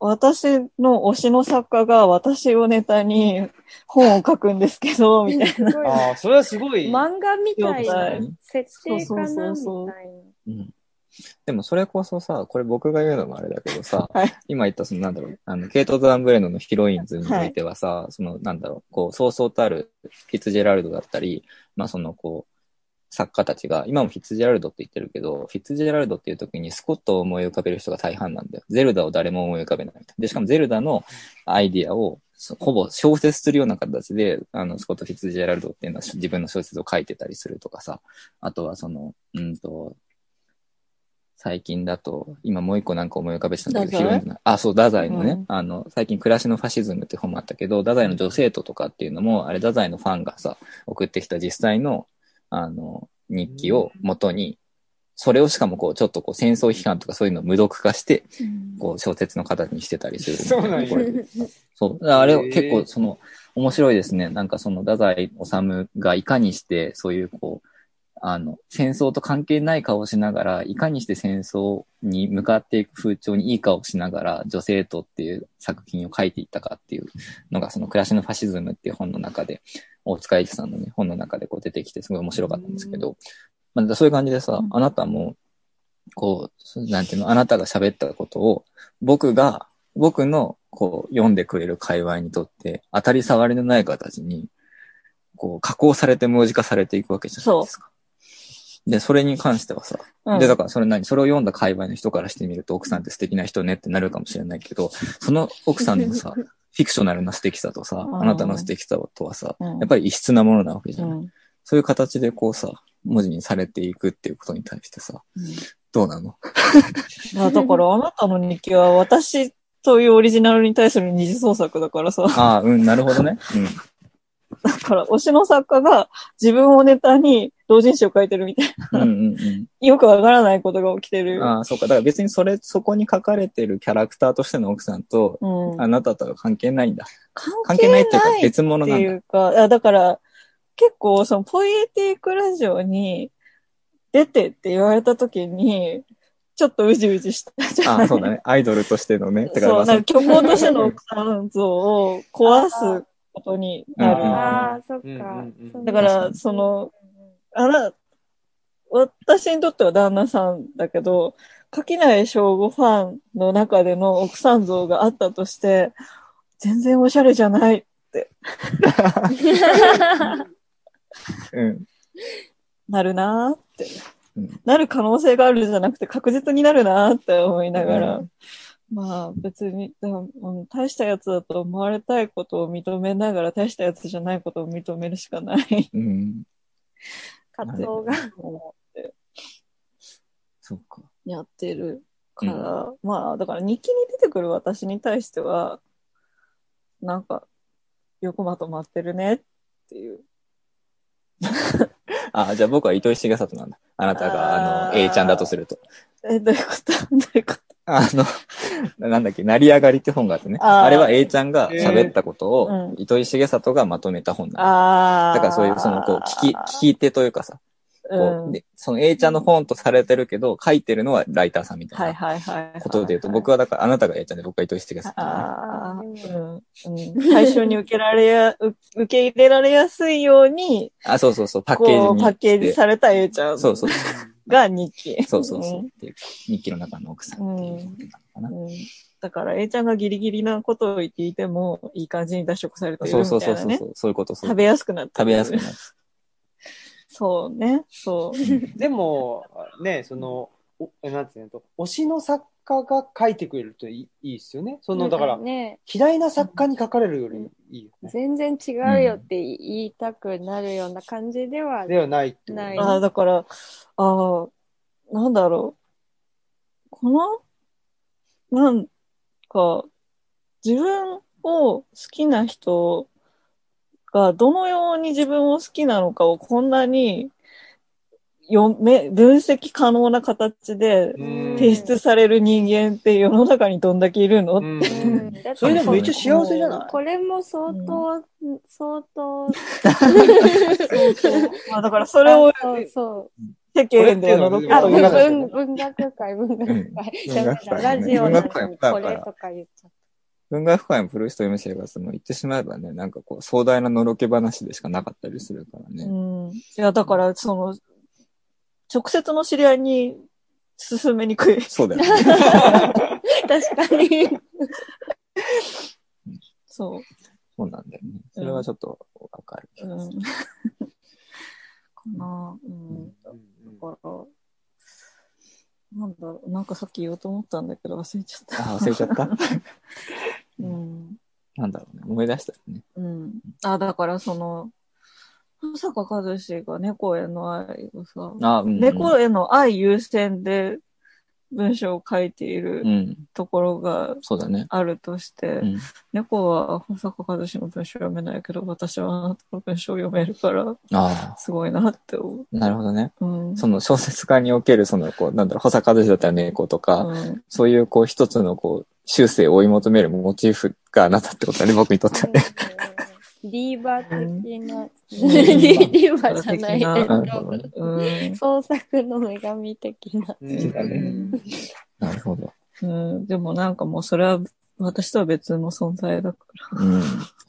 Speaker 4: 私の推しの作家が私をネタに本を書くんです けど、みたいな。
Speaker 2: すごいな
Speaker 1: ああ、それはすごい。
Speaker 2: 漫画みたいな設定か
Speaker 4: そ
Speaker 2: な
Speaker 4: うそ
Speaker 2: み
Speaker 4: うそうそう
Speaker 2: たいな。
Speaker 3: うんでもそれこそさ、これ僕が言うのもあれだけどさ、
Speaker 4: はい
Speaker 3: 今言ったそのなんだろう、あの、ケイト・ザ・アンブレーノのヒロインズにおいてはさ、そのなんだろう、こう、そうそうたるフィッツジェラルドだったり、まあそのこう、作家たちが、今もフィッツジェラルドって言ってるけど、フィッツジェラルドっていう時にスコットを思い浮かべる人が大半なんだよ。ゼルダを誰も思い浮かべない。で、しかもゼルダのアイディアを、そほぼ小説するような形で、あの、スコット・フィッツジェラルドっていうのは自分の小説を書いてたりするとかさ、あとはその、うんと、最近だと、今もう一個なんか思い浮かべてたんだけど、
Speaker 4: 太宰
Speaker 3: ヒロインズのあ、そう、太宰のね、
Speaker 4: うん
Speaker 3: あの、最近暮らしのファシズムって本もあったけど、太宰の女生徒とかっていうのも、あれ、太宰のファンがさ、送ってきた実際の、あの、日記を元に、それをしかもこう、ちょっとこう、戦争批判とかそういうのを無毒化して、こう、小説の形にしてたりする
Speaker 1: そ
Speaker 3: みたい。
Speaker 1: うなんや
Speaker 3: これそう。あれ
Speaker 1: へー
Speaker 3: 結構その、面白いですね。なんかその、太宰治がいかにして、そういうこう、あの、戦争と関係ない顔をしながら、いかにして戦争に向かっていく風潮にいい顔をしながら、女性とっていう作品を書いていったかっていうのが、その、暮らしのファシズムっていう本の中で、大塚愛知さんのね、本の中でこう出てきて、すごい面白かったんですけど、まあ、そういう感じでさ、あなたも、こう、なんていうの、あなたが喋ったことを、僕が、僕の、こう、読んでくれる界隈にとって、当たり障りのない形に、こう、加工されて文字化されていくわけじゃないですか。で、それに関してはさ、
Speaker 4: うん
Speaker 3: で、だからそれ何それを読んだ界隈の人からしてみると、奥さんって素敵な人ねってなるかもしれないけど、その奥さんの さ、フィクショナルな素敵さとさ、
Speaker 4: ん
Speaker 3: あなたの素敵さとはさ、
Speaker 4: うん
Speaker 3: やっぱり異質なものなわけじゃない、
Speaker 4: うん
Speaker 3: そういう形でこうさ、文字にされていくっていうことに対してさ、どうなの
Speaker 4: まあだから、あなたの日記は私というオリジナルに対する二次創作だからさ、
Speaker 3: ああ、うん、なるほどね。うん。
Speaker 4: だから、推しの作家が自分をネタに同人誌を書いてるみたい
Speaker 3: うんうんうん。
Speaker 4: な、よくわからないことが起きてる。
Speaker 3: ああ、そうか。だから別にそれ、そこに書かれてるキャラクターとしての奥さんと、
Speaker 4: うん、
Speaker 3: あなたとは関係ないんだ。関
Speaker 4: 関
Speaker 3: 係
Speaker 4: 係
Speaker 3: な
Speaker 4: ない
Speaker 3: っ
Speaker 4: いって
Speaker 3: いうか別物
Speaker 4: て
Speaker 3: なん
Speaker 4: い
Speaker 3: だ。
Speaker 4: うか、あだから、結構、その、ポイエティックラジオに出てって言われた時に、ちょっとうじうじしたじゃ
Speaker 3: あ
Speaker 4: ない
Speaker 3: あ、そうだね。アイドルとしてのね。てか
Speaker 4: そう、
Speaker 3: ま
Speaker 4: な
Speaker 3: あ
Speaker 4: んか虚構としての奥さん像を壊すことにな
Speaker 3: うん
Speaker 4: る。
Speaker 2: ああ、そっか。
Speaker 1: うんうん
Speaker 2: そ
Speaker 1: うんん
Speaker 2: な
Speaker 4: だか、
Speaker 3: 確からに
Speaker 4: その、あら、私にとっては旦那さんだけど、垣内翔吾ファンの中での奥さん像があったとして、全然おしゃれじゃない。
Speaker 3: うん。
Speaker 4: なるなーって
Speaker 3: うん。
Speaker 4: なる可能性があるじゃなくて確実になるなーって思いながら。
Speaker 3: う
Speaker 4: まあ別に、だうん大したやつだと思われたいことを認めながら大したやつじゃないことを認めるしかない。
Speaker 3: うん。
Speaker 2: カツオが。
Speaker 4: 思って
Speaker 3: そうか。
Speaker 4: やってるから、まあだから日記に出てくる私に対しては、なんか、よくまとまってるねっていう。
Speaker 3: ああ、じゃあ僕は糸井重里なんだ。あなたが、あ
Speaker 4: あ
Speaker 3: の、
Speaker 4: ー
Speaker 3: A ちゃんだとすると。
Speaker 4: え、どういうこと どういうこと
Speaker 3: あの、なんだっけ、成り上がりって本があってね。
Speaker 4: あ
Speaker 3: あ
Speaker 4: ー
Speaker 3: れは A ちゃんが喋ったこと
Speaker 4: えー
Speaker 3: を
Speaker 4: う、
Speaker 3: 糸井重里がまとめた本なんだ。
Speaker 4: ああ。
Speaker 3: だからそういう、その、こう、聞き、聞き手というかさ、こ
Speaker 4: う
Speaker 3: う、
Speaker 4: ん。
Speaker 3: で、その A ちゃんの本とされてるけど、書いてるのはライターさんみたいな。
Speaker 4: はいはいはいはい。
Speaker 3: ことで言うと、僕はだから、あなたがやっちゃんで僕が意図してください。
Speaker 4: ああ、
Speaker 2: で
Speaker 4: うん、うん。対象に受けられや、う受け入れられやすいように、
Speaker 3: あ、そうそうそう、パッケージ
Speaker 4: こ
Speaker 3: に。
Speaker 4: う、パッケージされた A ちゃん
Speaker 3: そうそう。
Speaker 4: が日記。
Speaker 3: そうそうそう。っていう日記の中の奥さんっていうことなのかな。
Speaker 4: うん。うんだから A ちゃんがギリギリなことを言っていても、いい感じに脱色されている
Speaker 3: そう
Speaker 4: み
Speaker 3: そう
Speaker 4: た
Speaker 3: そ
Speaker 4: い
Speaker 3: そう
Speaker 4: うなね
Speaker 3: そ。う。そういうこと、そういう
Speaker 4: 食
Speaker 3: こと
Speaker 4: べやすくなって
Speaker 3: 食べやすく
Speaker 4: る。
Speaker 3: なる。
Speaker 4: そうね。そう。
Speaker 1: でも、ね、その、おなんていうの推しの作家が書いてくれるといいいいっすよね。その、だから、
Speaker 2: ね、
Speaker 1: 嫌いな作家に書かれるよりいいよね。
Speaker 2: 全然違うよって言いたくなるような感じでは、
Speaker 1: ではないってこと
Speaker 2: ない
Speaker 4: ああ、だから、ああ、なんだろう。この、なんか、自分を好きな人がどのように自分を好きなのかをこんなに読め、分析可能な形で
Speaker 1: うん
Speaker 4: 提出される人間って世の中にどんだけいるの、
Speaker 1: うん
Speaker 2: うんだって
Speaker 1: それでもめっちゃ幸せじゃない
Speaker 2: これも相当、相当、
Speaker 4: まあだからそれを
Speaker 2: そうそう
Speaker 4: 世間では
Speaker 1: あ
Speaker 2: あ、
Speaker 1: 文学
Speaker 2: 文文学会、文学会。
Speaker 3: うん
Speaker 2: だか
Speaker 3: 文学会
Speaker 2: ら
Speaker 3: ね
Speaker 2: ラジオな
Speaker 3: 文
Speaker 2: の
Speaker 3: 学会
Speaker 2: に
Speaker 3: だから
Speaker 2: これとか言っちゃっ
Speaker 3: 文学界もプルースト読む生活も言ってしまえばね、なんかこう壮大なのろけ話でしかなかったりするからね。
Speaker 4: うん。いや、だから、その、直接の知り合いに進めにくい。
Speaker 3: そうだよね。
Speaker 2: た。確かに。
Speaker 4: そ
Speaker 3: そうなんだよね。それはちょっとわかる。
Speaker 4: う。うん。かなうん。
Speaker 1: うん
Speaker 2: この
Speaker 4: なんだろう。なんかさっき言おうと思ったんだけど忘れちゃった。
Speaker 3: あ、忘れちゃった
Speaker 4: うん。
Speaker 3: なんだろうね。思い出したよね。
Speaker 4: うん。あ、だからその、保坂和志が猫への愛をさ、
Speaker 3: あ、うん、うん。
Speaker 4: 猫への愛優先で文章を書いている
Speaker 3: うん。
Speaker 4: ところが
Speaker 3: そうだね。
Speaker 4: あるとして、
Speaker 3: うん。
Speaker 4: 猫は保坂和志の文章読めないけど、私はあなたの文章を読めるから、
Speaker 3: あ
Speaker 4: すごいなって思
Speaker 3: あ、なるほどね。
Speaker 4: う。うん。
Speaker 3: その小説家における、その、こう、なんだろう、保坂和志だったら猫とか、
Speaker 4: うん
Speaker 3: そういう、こう、一つの、こう、修正を追い求めるモチーフがあなたってことだ ね、僕にとってはね。
Speaker 2: ディーバー的な、
Speaker 4: うん
Speaker 2: ディーバーじゃない、
Speaker 4: うん
Speaker 2: えっ
Speaker 3: なるほどね。
Speaker 4: うん。
Speaker 2: と、創作の女神的な。
Speaker 1: うん
Speaker 3: だねなるほど。
Speaker 4: うん。でもなんかもうそれは私とは別の存在だか。
Speaker 3: うん。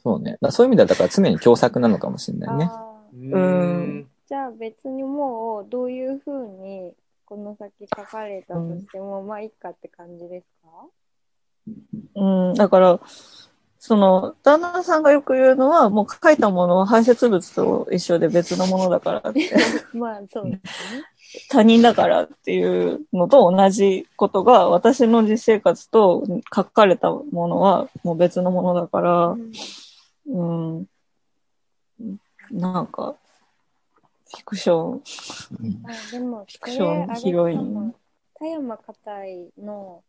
Speaker 3: そうね。だからそういう意味では、だから常に共作なのかもしれないね。
Speaker 2: あー
Speaker 1: うん
Speaker 2: じゃあ別にもう、どういうふうに、この先書かれたとしても、まあ、いいかって感じですから
Speaker 4: うん。だから、その、旦那さんがよく言うのは、もう書いたものは排泄物と一緒で別のものだからって、
Speaker 2: まあ、そうですね。
Speaker 4: 他人だからっていうのと同じことが、私の実生活と書かれたものはもう別のものだから、うん。なんか、フィクション。
Speaker 3: うん
Speaker 2: あでも、それ
Speaker 4: ション
Speaker 2: あれ
Speaker 4: ヒロイン
Speaker 2: かも田山かたいの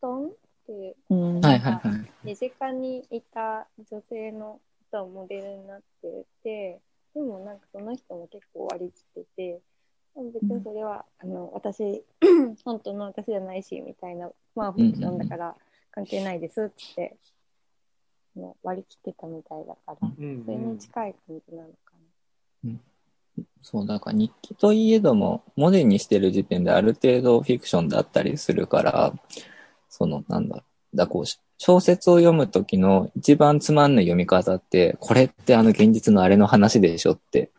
Speaker 2: 布団っていう、
Speaker 4: うん。
Speaker 3: はいはいはい。
Speaker 2: 身近にいた女性の人をモデルになってて、でもなんかその人も結構割り切ってて、でも別にそれは、あの、私、 本当の私じゃないし、みたいな、まあ、フィクションだから関係ないですって、もう割り切ってたみたいだから、
Speaker 1: うん
Speaker 2: それに近い感じなのか
Speaker 3: そう、だから日記といえども、モデルにしてる時点である程度フィクションだったりするから、その、なんだろう。だからこう、小説を読むときの一番つまんない読み方って、これってあの現実のあれの話でしょって、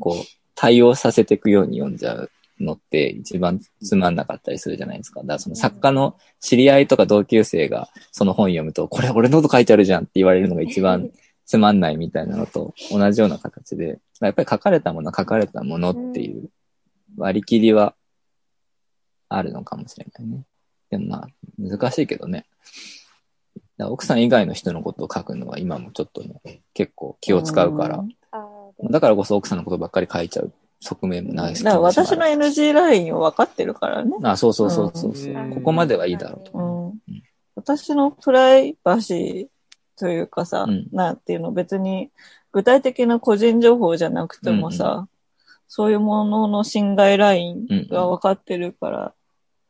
Speaker 3: こう、対応させていくように読んじゃうのって一番つまんなかったりするじゃないですか。だからその作家の知り合いとか同級生がその本読むと、これ俺のこと書いてあるじゃんって言われるのが一 番つまんないみたいなのと同じような形で、やっぱり書かれたものは書かれたものっていう割り切りはあるのかもしれないね。でもまあ、難しいけどね。だから奥さん以外の人のことを書くのは今もちょっとね、結構気を使うから。
Speaker 2: な。あーでも
Speaker 3: だからこそ奥さんのことばっかり書いちゃう側面もないし。
Speaker 4: だから私の NG ラインを分かってるからね。
Speaker 3: あ、そうそうそうそうそう、
Speaker 1: うん
Speaker 3: ここまではいいだろう
Speaker 4: う
Speaker 3: と。
Speaker 4: ん。私のプライバシーというかさ、
Speaker 3: うん
Speaker 4: なんていうの、別に具体的な個人情報じゃなくてもさ、そういうものの侵害ラインが分かってるから、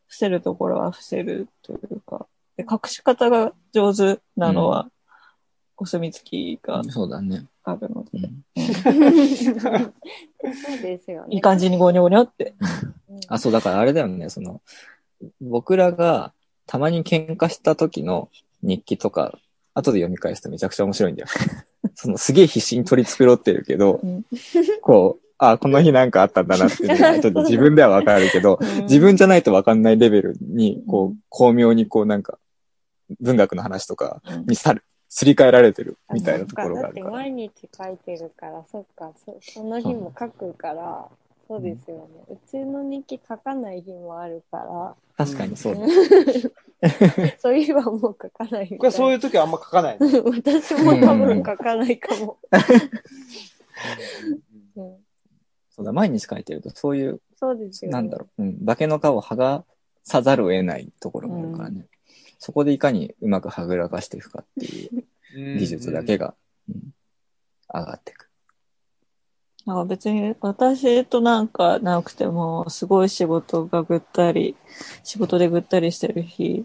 Speaker 4: 伏せるところは伏せるというか、で隠し方が上手なのは、お墨付きが
Speaker 3: そうだね。
Speaker 4: あるので、
Speaker 3: うん
Speaker 2: そうですよね。
Speaker 4: いい感じにゴニョゴニョって。
Speaker 2: うん
Speaker 3: あ、そう、だからあれだよね、その、僕らがたまに喧嘩した時の日記とか、後で読み返すとめちゃくちゃ面白いんだよ。その、すげえ必死に取り繕ってるけど、
Speaker 4: うん
Speaker 3: こう、あ、この日なんかあったんだなっていうのが、後で自分ではわかるけど、自分じゃないとわかんないレベルに、こ
Speaker 4: う
Speaker 3: う、巧妙にこうなんか、文学の話とか
Speaker 4: うん
Speaker 3: にさる、すり替えられてるみたいなところがある
Speaker 2: そっだ
Speaker 3: か
Speaker 2: って
Speaker 3: ら。
Speaker 2: 毎日書いてるから、そっか、そその日も書くから、そうですよね。うちの日記書かない日もあるか
Speaker 3: 確かにそうだ。
Speaker 2: ら、 そういえばもう書かないみ
Speaker 1: 僕
Speaker 2: た
Speaker 1: はそうい
Speaker 2: いう
Speaker 1: 時はあんま書かない。
Speaker 2: な。私も多分書かないかも。うん
Speaker 3: そうだ、毎日書いてると、そういう、
Speaker 2: そうですよね。
Speaker 3: なんだろう、うん、化けの皮を剥がさざるを得ないところがあるからね。そこでいかにうまくはぐらかしていくかっていう技術だけ
Speaker 1: が。
Speaker 3: が、うん上がっていく。
Speaker 4: なんか別に私となんかなくても、すごい仕事がぐったり、仕事でぐったりしてる日、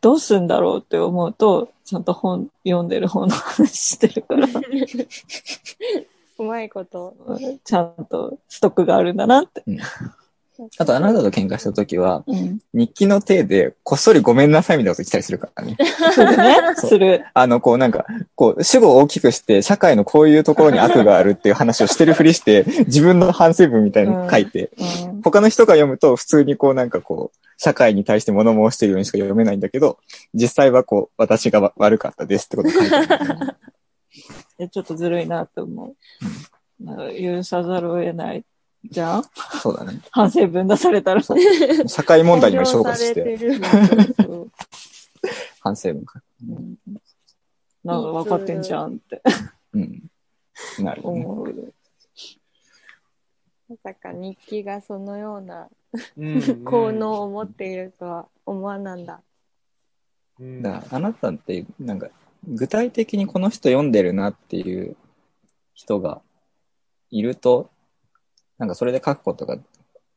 Speaker 4: どうすんだろうって思うと、ちゃんと本、読んでる本の話してる から、
Speaker 2: うまいこと。
Speaker 4: ちゃんとストックがあるんだなって。
Speaker 3: うんあと、あなたと喧嘩した時は、
Speaker 4: うん。
Speaker 3: 日記の手で、こっそりごめんなさいみたいなこと言ってたりするから ね。
Speaker 4: そうだね。
Speaker 3: そう
Speaker 4: する。
Speaker 3: あの、こうなんか、こう、主語を大きくして、社会のこういうところに悪があるっていう話をしてるふりして、自分の反省文みたいなの書いて、
Speaker 4: うん。
Speaker 3: 他の人が読むと、普通にこうなんかこう、社会に対して物申してるようにしか読めないんだけど、実際はこう、私がわ悪かったですってことを書いてる。
Speaker 4: でちょっとずるいなと思う。なんか許さざるを得ない。じゃん
Speaker 3: そうだね。
Speaker 4: 反省分出され たら。
Speaker 3: そう社会問題にも昇
Speaker 2: さ
Speaker 3: 華し
Speaker 2: れ
Speaker 3: て、
Speaker 2: てる。
Speaker 4: そう
Speaker 3: 反省文書く。
Speaker 4: うんなんか分かってんじゃんって
Speaker 3: うん。なるほどね。
Speaker 4: 思う。
Speaker 2: まさか日記がそのような
Speaker 1: うんうん
Speaker 2: 効能を持っているとは思わなん
Speaker 1: う
Speaker 2: だ。
Speaker 1: ん
Speaker 3: だからあなたって、なんか、具体的にこの人読んでるなっていう人がいると、なんかそれで書くことが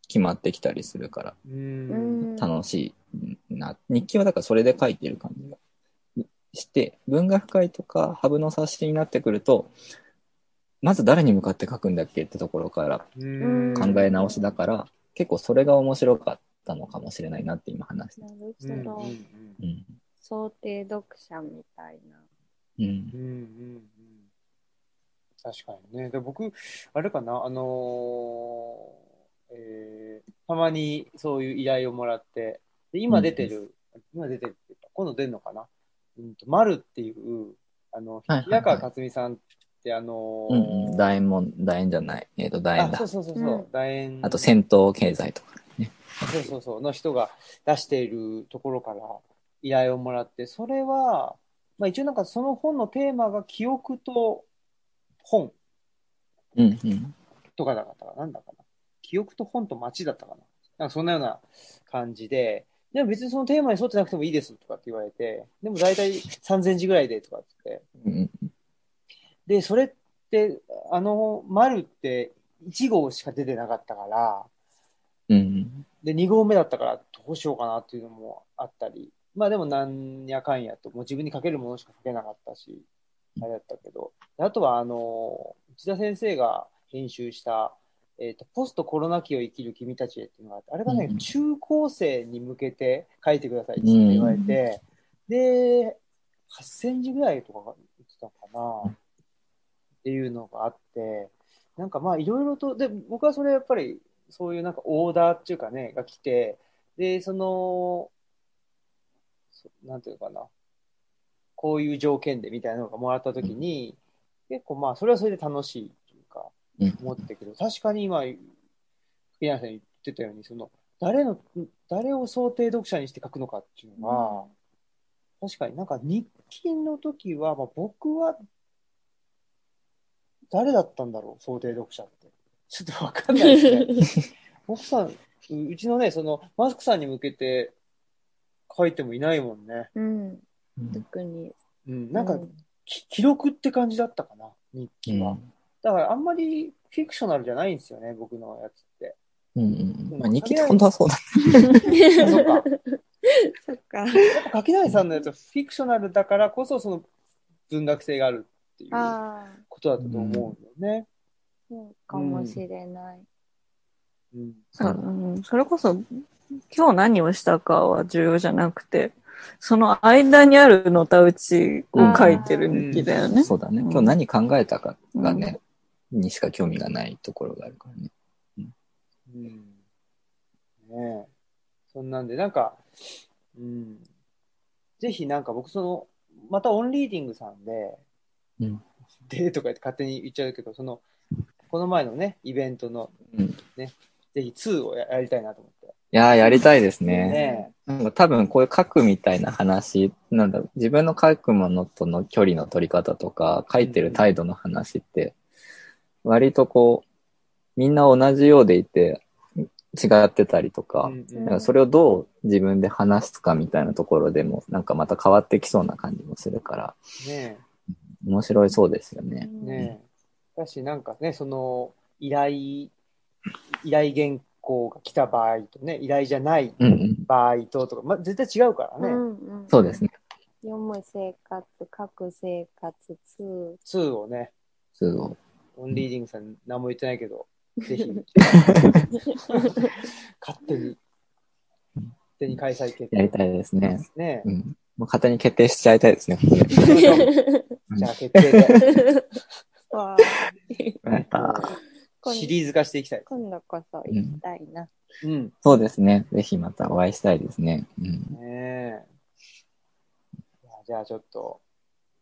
Speaker 3: 決まってきたりするから、
Speaker 1: うん。
Speaker 3: 楽しいな。日記はだからそれで書いてる感じがして、文学会とかハブの冊子になってくると、まず誰に向かって書くんだっけってところから
Speaker 1: うん
Speaker 3: 考え直しだから、結構それが面白かったのかもしれないなって今話して。
Speaker 2: なる
Speaker 1: うんうん
Speaker 2: ほど。
Speaker 3: うん。
Speaker 2: 想定読者みたいな。
Speaker 3: うん
Speaker 1: うんうんうん確かにね。で僕、あれかな、あのーえーたまにそういう依頼をもらって、で今出てる、今出てるっていうか、今度出るのかな、うんと、丸っていう、あの、
Speaker 3: はいはいはい
Speaker 1: 平川克美さんって、あのー
Speaker 3: うんうん。楕円も、楕円じゃない。えっ、と、楕円
Speaker 1: あ、
Speaker 3: だ
Speaker 1: そう。そうそうそう、
Speaker 2: うん
Speaker 1: 楕円。
Speaker 3: あと、戦闘経済とか。
Speaker 1: そうそうそう、の人が出しているところから依頼をもらって、それは、まあ一応なんかその本のテーマが記憶と本
Speaker 3: うんうん。
Speaker 1: とかだったかな、なんだかな。記憶と本と街だったかな。なんかそんなような感じで、でも別にそのテーマに沿ってなくてもいいですとかって言われて、でも大体3000字ぐらいでとかって言って、
Speaker 3: うん
Speaker 1: で、それって、あの、丸って1号しか出てなかったから、
Speaker 3: うん。うん
Speaker 1: で、2号目だったからどうしようかなっていうのもあったり、まあでもなんやかんやと、もう自分に書けるものしか書けなかったし、あれだったけど、であとはあの、内田先生が編集した、えっ、と、ポストコロナ期を生きる君たちへっていうのがあって、あれがね、
Speaker 3: うん
Speaker 1: 中高生に向けて書いてくださいって言われて、で、8センチぐらいとかが言ってたかな、っていうのがあって、なんかまあいろいろと、で、僕はそれやっぱりそういうなんかオーダーっていうかね、が来て、で、その、そなんていうのかな、こういう条件でみたいなのがもらったときに、結構まあ、それはそれで楽しいというか
Speaker 3: うん、
Speaker 1: 思ってたけど、確かに今、福山さん言ってたように、その、誰の、誰を想定読者にして書くのかっていうのは、確かになんか日記の時は、まあ僕は、誰だったんだろう、想定読者って。ちょっとわかんないですね。 奥さん、ううちのね、その、マスクさんに向けて書いてもいないもんね。
Speaker 2: うん。
Speaker 3: うん。
Speaker 2: 特に。
Speaker 1: うん、なんか、
Speaker 2: う
Speaker 1: き記録って感じだったかな、日記は。
Speaker 3: う
Speaker 1: だから、あんまりフィクショナルじゃないんですよね、僕のやつって。
Speaker 3: んうん。まあ、日記って本当はそうだ。
Speaker 1: そうか。
Speaker 2: そっか。
Speaker 1: やっぱ、垣内さんのやつはフィクショナルだからこそ、その、文学性があるっていう
Speaker 2: ああ、
Speaker 1: ことだったと思うんだよね。
Speaker 2: そうかもしれない。
Speaker 1: うん。
Speaker 4: そううんそれこそ、今日何をしたかは重要じゃなくて、その間にあるのたうちを書いてる日記だよね。
Speaker 3: そうだね。
Speaker 4: うん
Speaker 3: 今日何考えたかがね、にしか興味がないところがあるからね。
Speaker 1: うん。ねえ。そんなんで、なんか、うん。ぜひ、なんか僕、その、またオンリーディングさんで、
Speaker 3: うん
Speaker 1: で、とか言って勝手に言っちゃうけど、その、この前のね、イベントの、
Speaker 3: うん。い
Speaker 1: ぜひ2をややりたいなと思って。
Speaker 3: やー、やりたいですね。
Speaker 1: ね
Speaker 3: なんか多分こういう書くみたいな話、なんだろう自分の書くものとの距離の取り方とか、書いてる態度の話って、割とこう、みんな同じようでいて、違ってたりと
Speaker 1: え。
Speaker 3: か
Speaker 1: う、んうん
Speaker 3: なんかそれをどう自分で話すかみたいなところでも、なんかまた変わってきそうな感じもするから、
Speaker 1: ね
Speaker 3: 面白いそうですよね。
Speaker 1: え。ねえ。だし、なんかね、その、依頼、依頼原稿が来た場合とね、依頼じゃない
Speaker 3: うんうん。
Speaker 1: 場合ととか、まあ、絶対違うから
Speaker 2: う
Speaker 1: ね。
Speaker 2: んうん
Speaker 3: そうですね。
Speaker 2: 読む生活、書く生活、2。
Speaker 1: 2をね、
Speaker 3: そう。
Speaker 1: オンリーディングさん何も言ってないけど、ぜひ、 勝手に、勝手に開催決定
Speaker 3: やりたいですね。
Speaker 1: ね
Speaker 3: う。ん。もう勝手に決定しちゃいたいですね、ここで。
Speaker 1: じゃあ決定で、
Speaker 2: わあ
Speaker 3: やった。
Speaker 2: 今
Speaker 1: シリーズ化していきたい。
Speaker 2: 今度こそ行きたいな。
Speaker 1: うん。
Speaker 3: そうですね。ぜひまたお会いしたいですね。うん。
Speaker 1: ねえ。いやじゃあちょっと、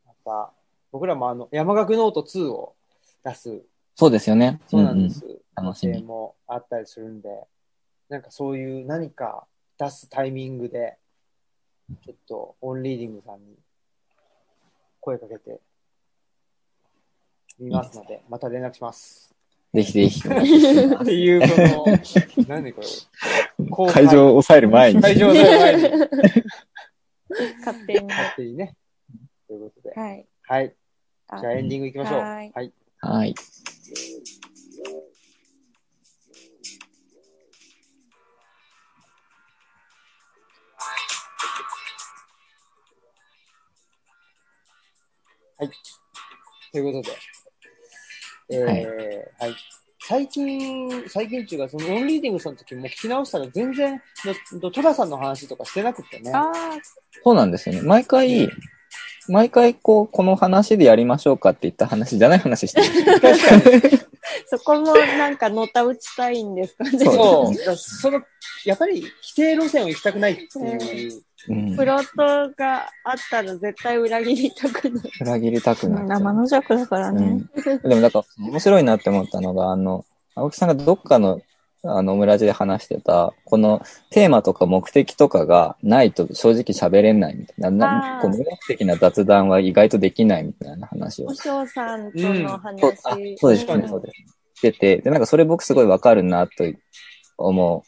Speaker 1: また、僕らもあの、山岳ノート2を出す、
Speaker 3: そうですよね。
Speaker 1: そうなんです。
Speaker 3: うん楽しみ
Speaker 1: 予定もあったりするんで、なんかそういう何か出すタイミングで、ちょっとオンリーディングさんに声かけてみますので、また連絡します。
Speaker 3: うん。ぜひぜひお待ちしてま
Speaker 1: っていう、この、何これ。公
Speaker 3: す。
Speaker 1: 開
Speaker 3: 会場を抑える前に。
Speaker 1: 会場の前に。
Speaker 2: 勝手に。は
Speaker 1: 勝手にね。ということで。
Speaker 2: い。
Speaker 1: はい。
Speaker 2: あ
Speaker 1: じゃあエンディングいきましょう。
Speaker 2: はーい
Speaker 1: はい。
Speaker 3: はい。
Speaker 1: ということで。えー、は
Speaker 3: は
Speaker 1: いい。最近、最近っていうか、そのオンリーディングさんの時も聞き直したら全然、の戸田さんの話とかしてなくてね。
Speaker 2: あ
Speaker 3: そうなんですよね。毎回、毎回こう、この話でやりましょうかって言った話じゃない話してる。
Speaker 2: ーそこもなんかのた打ちたいんですかね。
Speaker 1: そ。
Speaker 3: そう
Speaker 1: だからその、やっぱり否定路線を行きたくないっていう。
Speaker 3: うん
Speaker 2: プ。ロットがあったら絶対裏切りたくない。
Speaker 3: 裏切りたくなっちゃう
Speaker 4: 生の弱だからね。
Speaker 3: うん、でもなんか面白いなって思ったのが、あの、青木さんがどっかの、あの、村地で話してた、このテーマとか目的とかがないと正直喋れないみたいな、
Speaker 2: あ
Speaker 3: な
Speaker 2: ー
Speaker 3: こう無目的な雑談は意外とできないみたいな話を
Speaker 2: お。嬢さんとの話。
Speaker 3: そうあそうですね、そうです。してて、で、なんかそれ僕すごいわかるなと思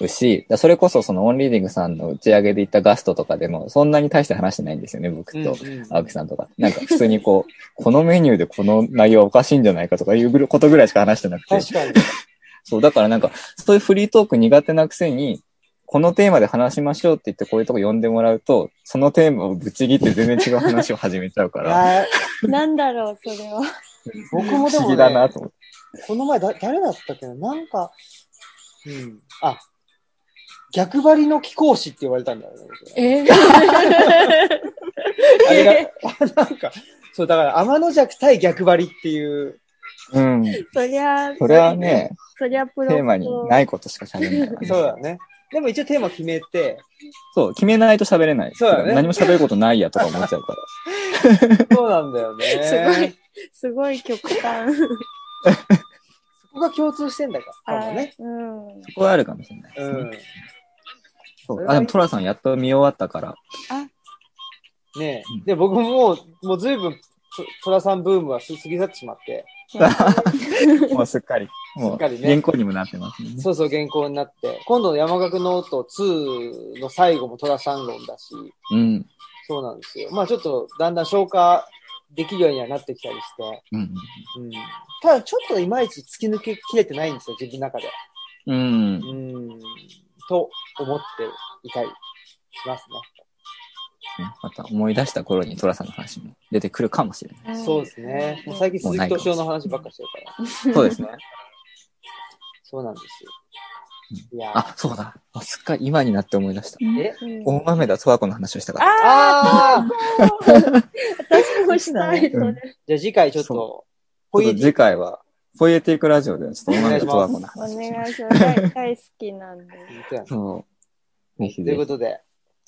Speaker 3: うし、だそれこそそのオンリーディングさんの打ち上げで行ったガストとかでも、そんなに大して話してないんですよね、僕と。青木さんとか、なんか普通にこう、こ のメニューでこの内容はおかしいんじゃないかとかいうことぐらいしか話してなくて、
Speaker 1: 確かに。
Speaker 3: そう、だからなんか、そういうフリートーク苦手なくせに、このテーマで話しましょうって言ってこういうとこ呼んでもらうと、そのテーマをぶち切って全然違う話を始めちゃうから、
Speaker 1: あ
Speaker 2: なんだろう、それは。
Speaker 1: ー僕も
Speaker 3: 不
Speaker 1: で
Speaker 3: 思
Speaker 1: も、ね、
Speaker 3: 議だなと思って。
Speaker 1: この前だ、誰だったっけななんか、うん。あ、逆張りの貴公子って言われたんだよね。僕
Speaker 2: え
Speaker 1: あ れが、なんか、そう、だから、天の弱対逆張りっていう、
Speaker 3: うん。
Speaker 2: そりゃ、
Speaker 3: それはね、
Speaker 2: そりゃプロ
Speaker 3: テーマに
Speaker 2: い。
Speaker 3: ないことしか喋れないからね。
Speaker 1: そうだね。でも一応テーマ決めて、
Speaker 3: そう、決めないと喋れない。
Speaker 1: そうだね
Speaker 3: 何も喋ることないやとか思っちゃうから。
Speaker 1: そうなんだよね。
Speaker 2: すごい。、すごい極端。
Speaker 1: そこが共通してんだから、かもね。
Speaker 2: うん。
Speaker 3: そこはあるかもしれない。
Speaker 1: うん。
Speaker 3: そう。あ、でもトラさんやっと見終わったから、
Speaker 1: ね
Speaker 3: うん
Speaker 1: え。で、僕ももう、もう随分、と寅さんブームは過ぎ去ってしまって、
Speaker 3: もうすっかり、
Speaker 1: す
Speaker 3: も
Speaker 1: っ
Speaker 3: う
Speaker 1: かりね
Speaker 3: 原稿にもなってますね。
Speaker 1: そうそう原稿になって、今度の山岳ノート2の最後も寅さん論だし、
Speaker 3: うん。
Speaker 1: そうなんですよ。まあちょっとだんだん消化できるようにはなってきたりして、
Speaker 3: うん。
Speaker 1: うん、ただちょっといまいち突き抜けきれてないんですよ、自分の中で。
Speaker 3: うん。
Speaker 1: うん、と思っていたりします
Speaker 3: また思い出した頃に寅さんの話も出てくるかもしれない。
Speaker 1: ね。そうですね。もう最近鈴木敏夫の話ばっかしてるから。
Speaker 3: そうですね。
Speaker 1: そうなんですよ。いやー
Speaker 3: あ、そうだ。あすっかり今になって思い出した。
Speaker 1: え
Speaker 2: うん。
Speaker 3: 大豆田十和子の話をしたから。
Speaker 1: あー
Speaker 2: 私もしたい、それ。
Speaker 1: じゃあ次回ちょっと
Speaker 3: そ、
Speaker 1: ポ
Speaker 3: ちょっ
Speaker 1: イ
Speaker 3: と次回は、ポイエティックラジオでちょっと大豆田十和子の
Speaker 2: お
Speaker 3: 話をしま
Speaker 2: 願
Speaker 3: す。
Speaker 2: いします。大大好きなんで。
Speaker 3: そう。ぜひ
Speaker 1: とい
Speaker 3: ぜ
Speaker 1: うことで、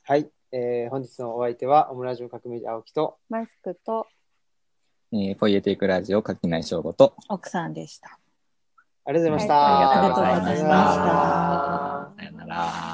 Speaker 1: はい。えー、本日のお相手は、オムラジオ革命児青木と、
Speaker 2: マスクと
Speaker 3: ひ、えーポイエティックラジオ書きない正吾と、
Speaker 4: 奥さんでした。
Speaker 1: ありがとうございました。
Speaker 2: はい
Speaker 3: ありがとうございま
Speaker 4: あり
Speaker 3: し
Speaker 4: がとうございま
Speaker 3: た。さよなら。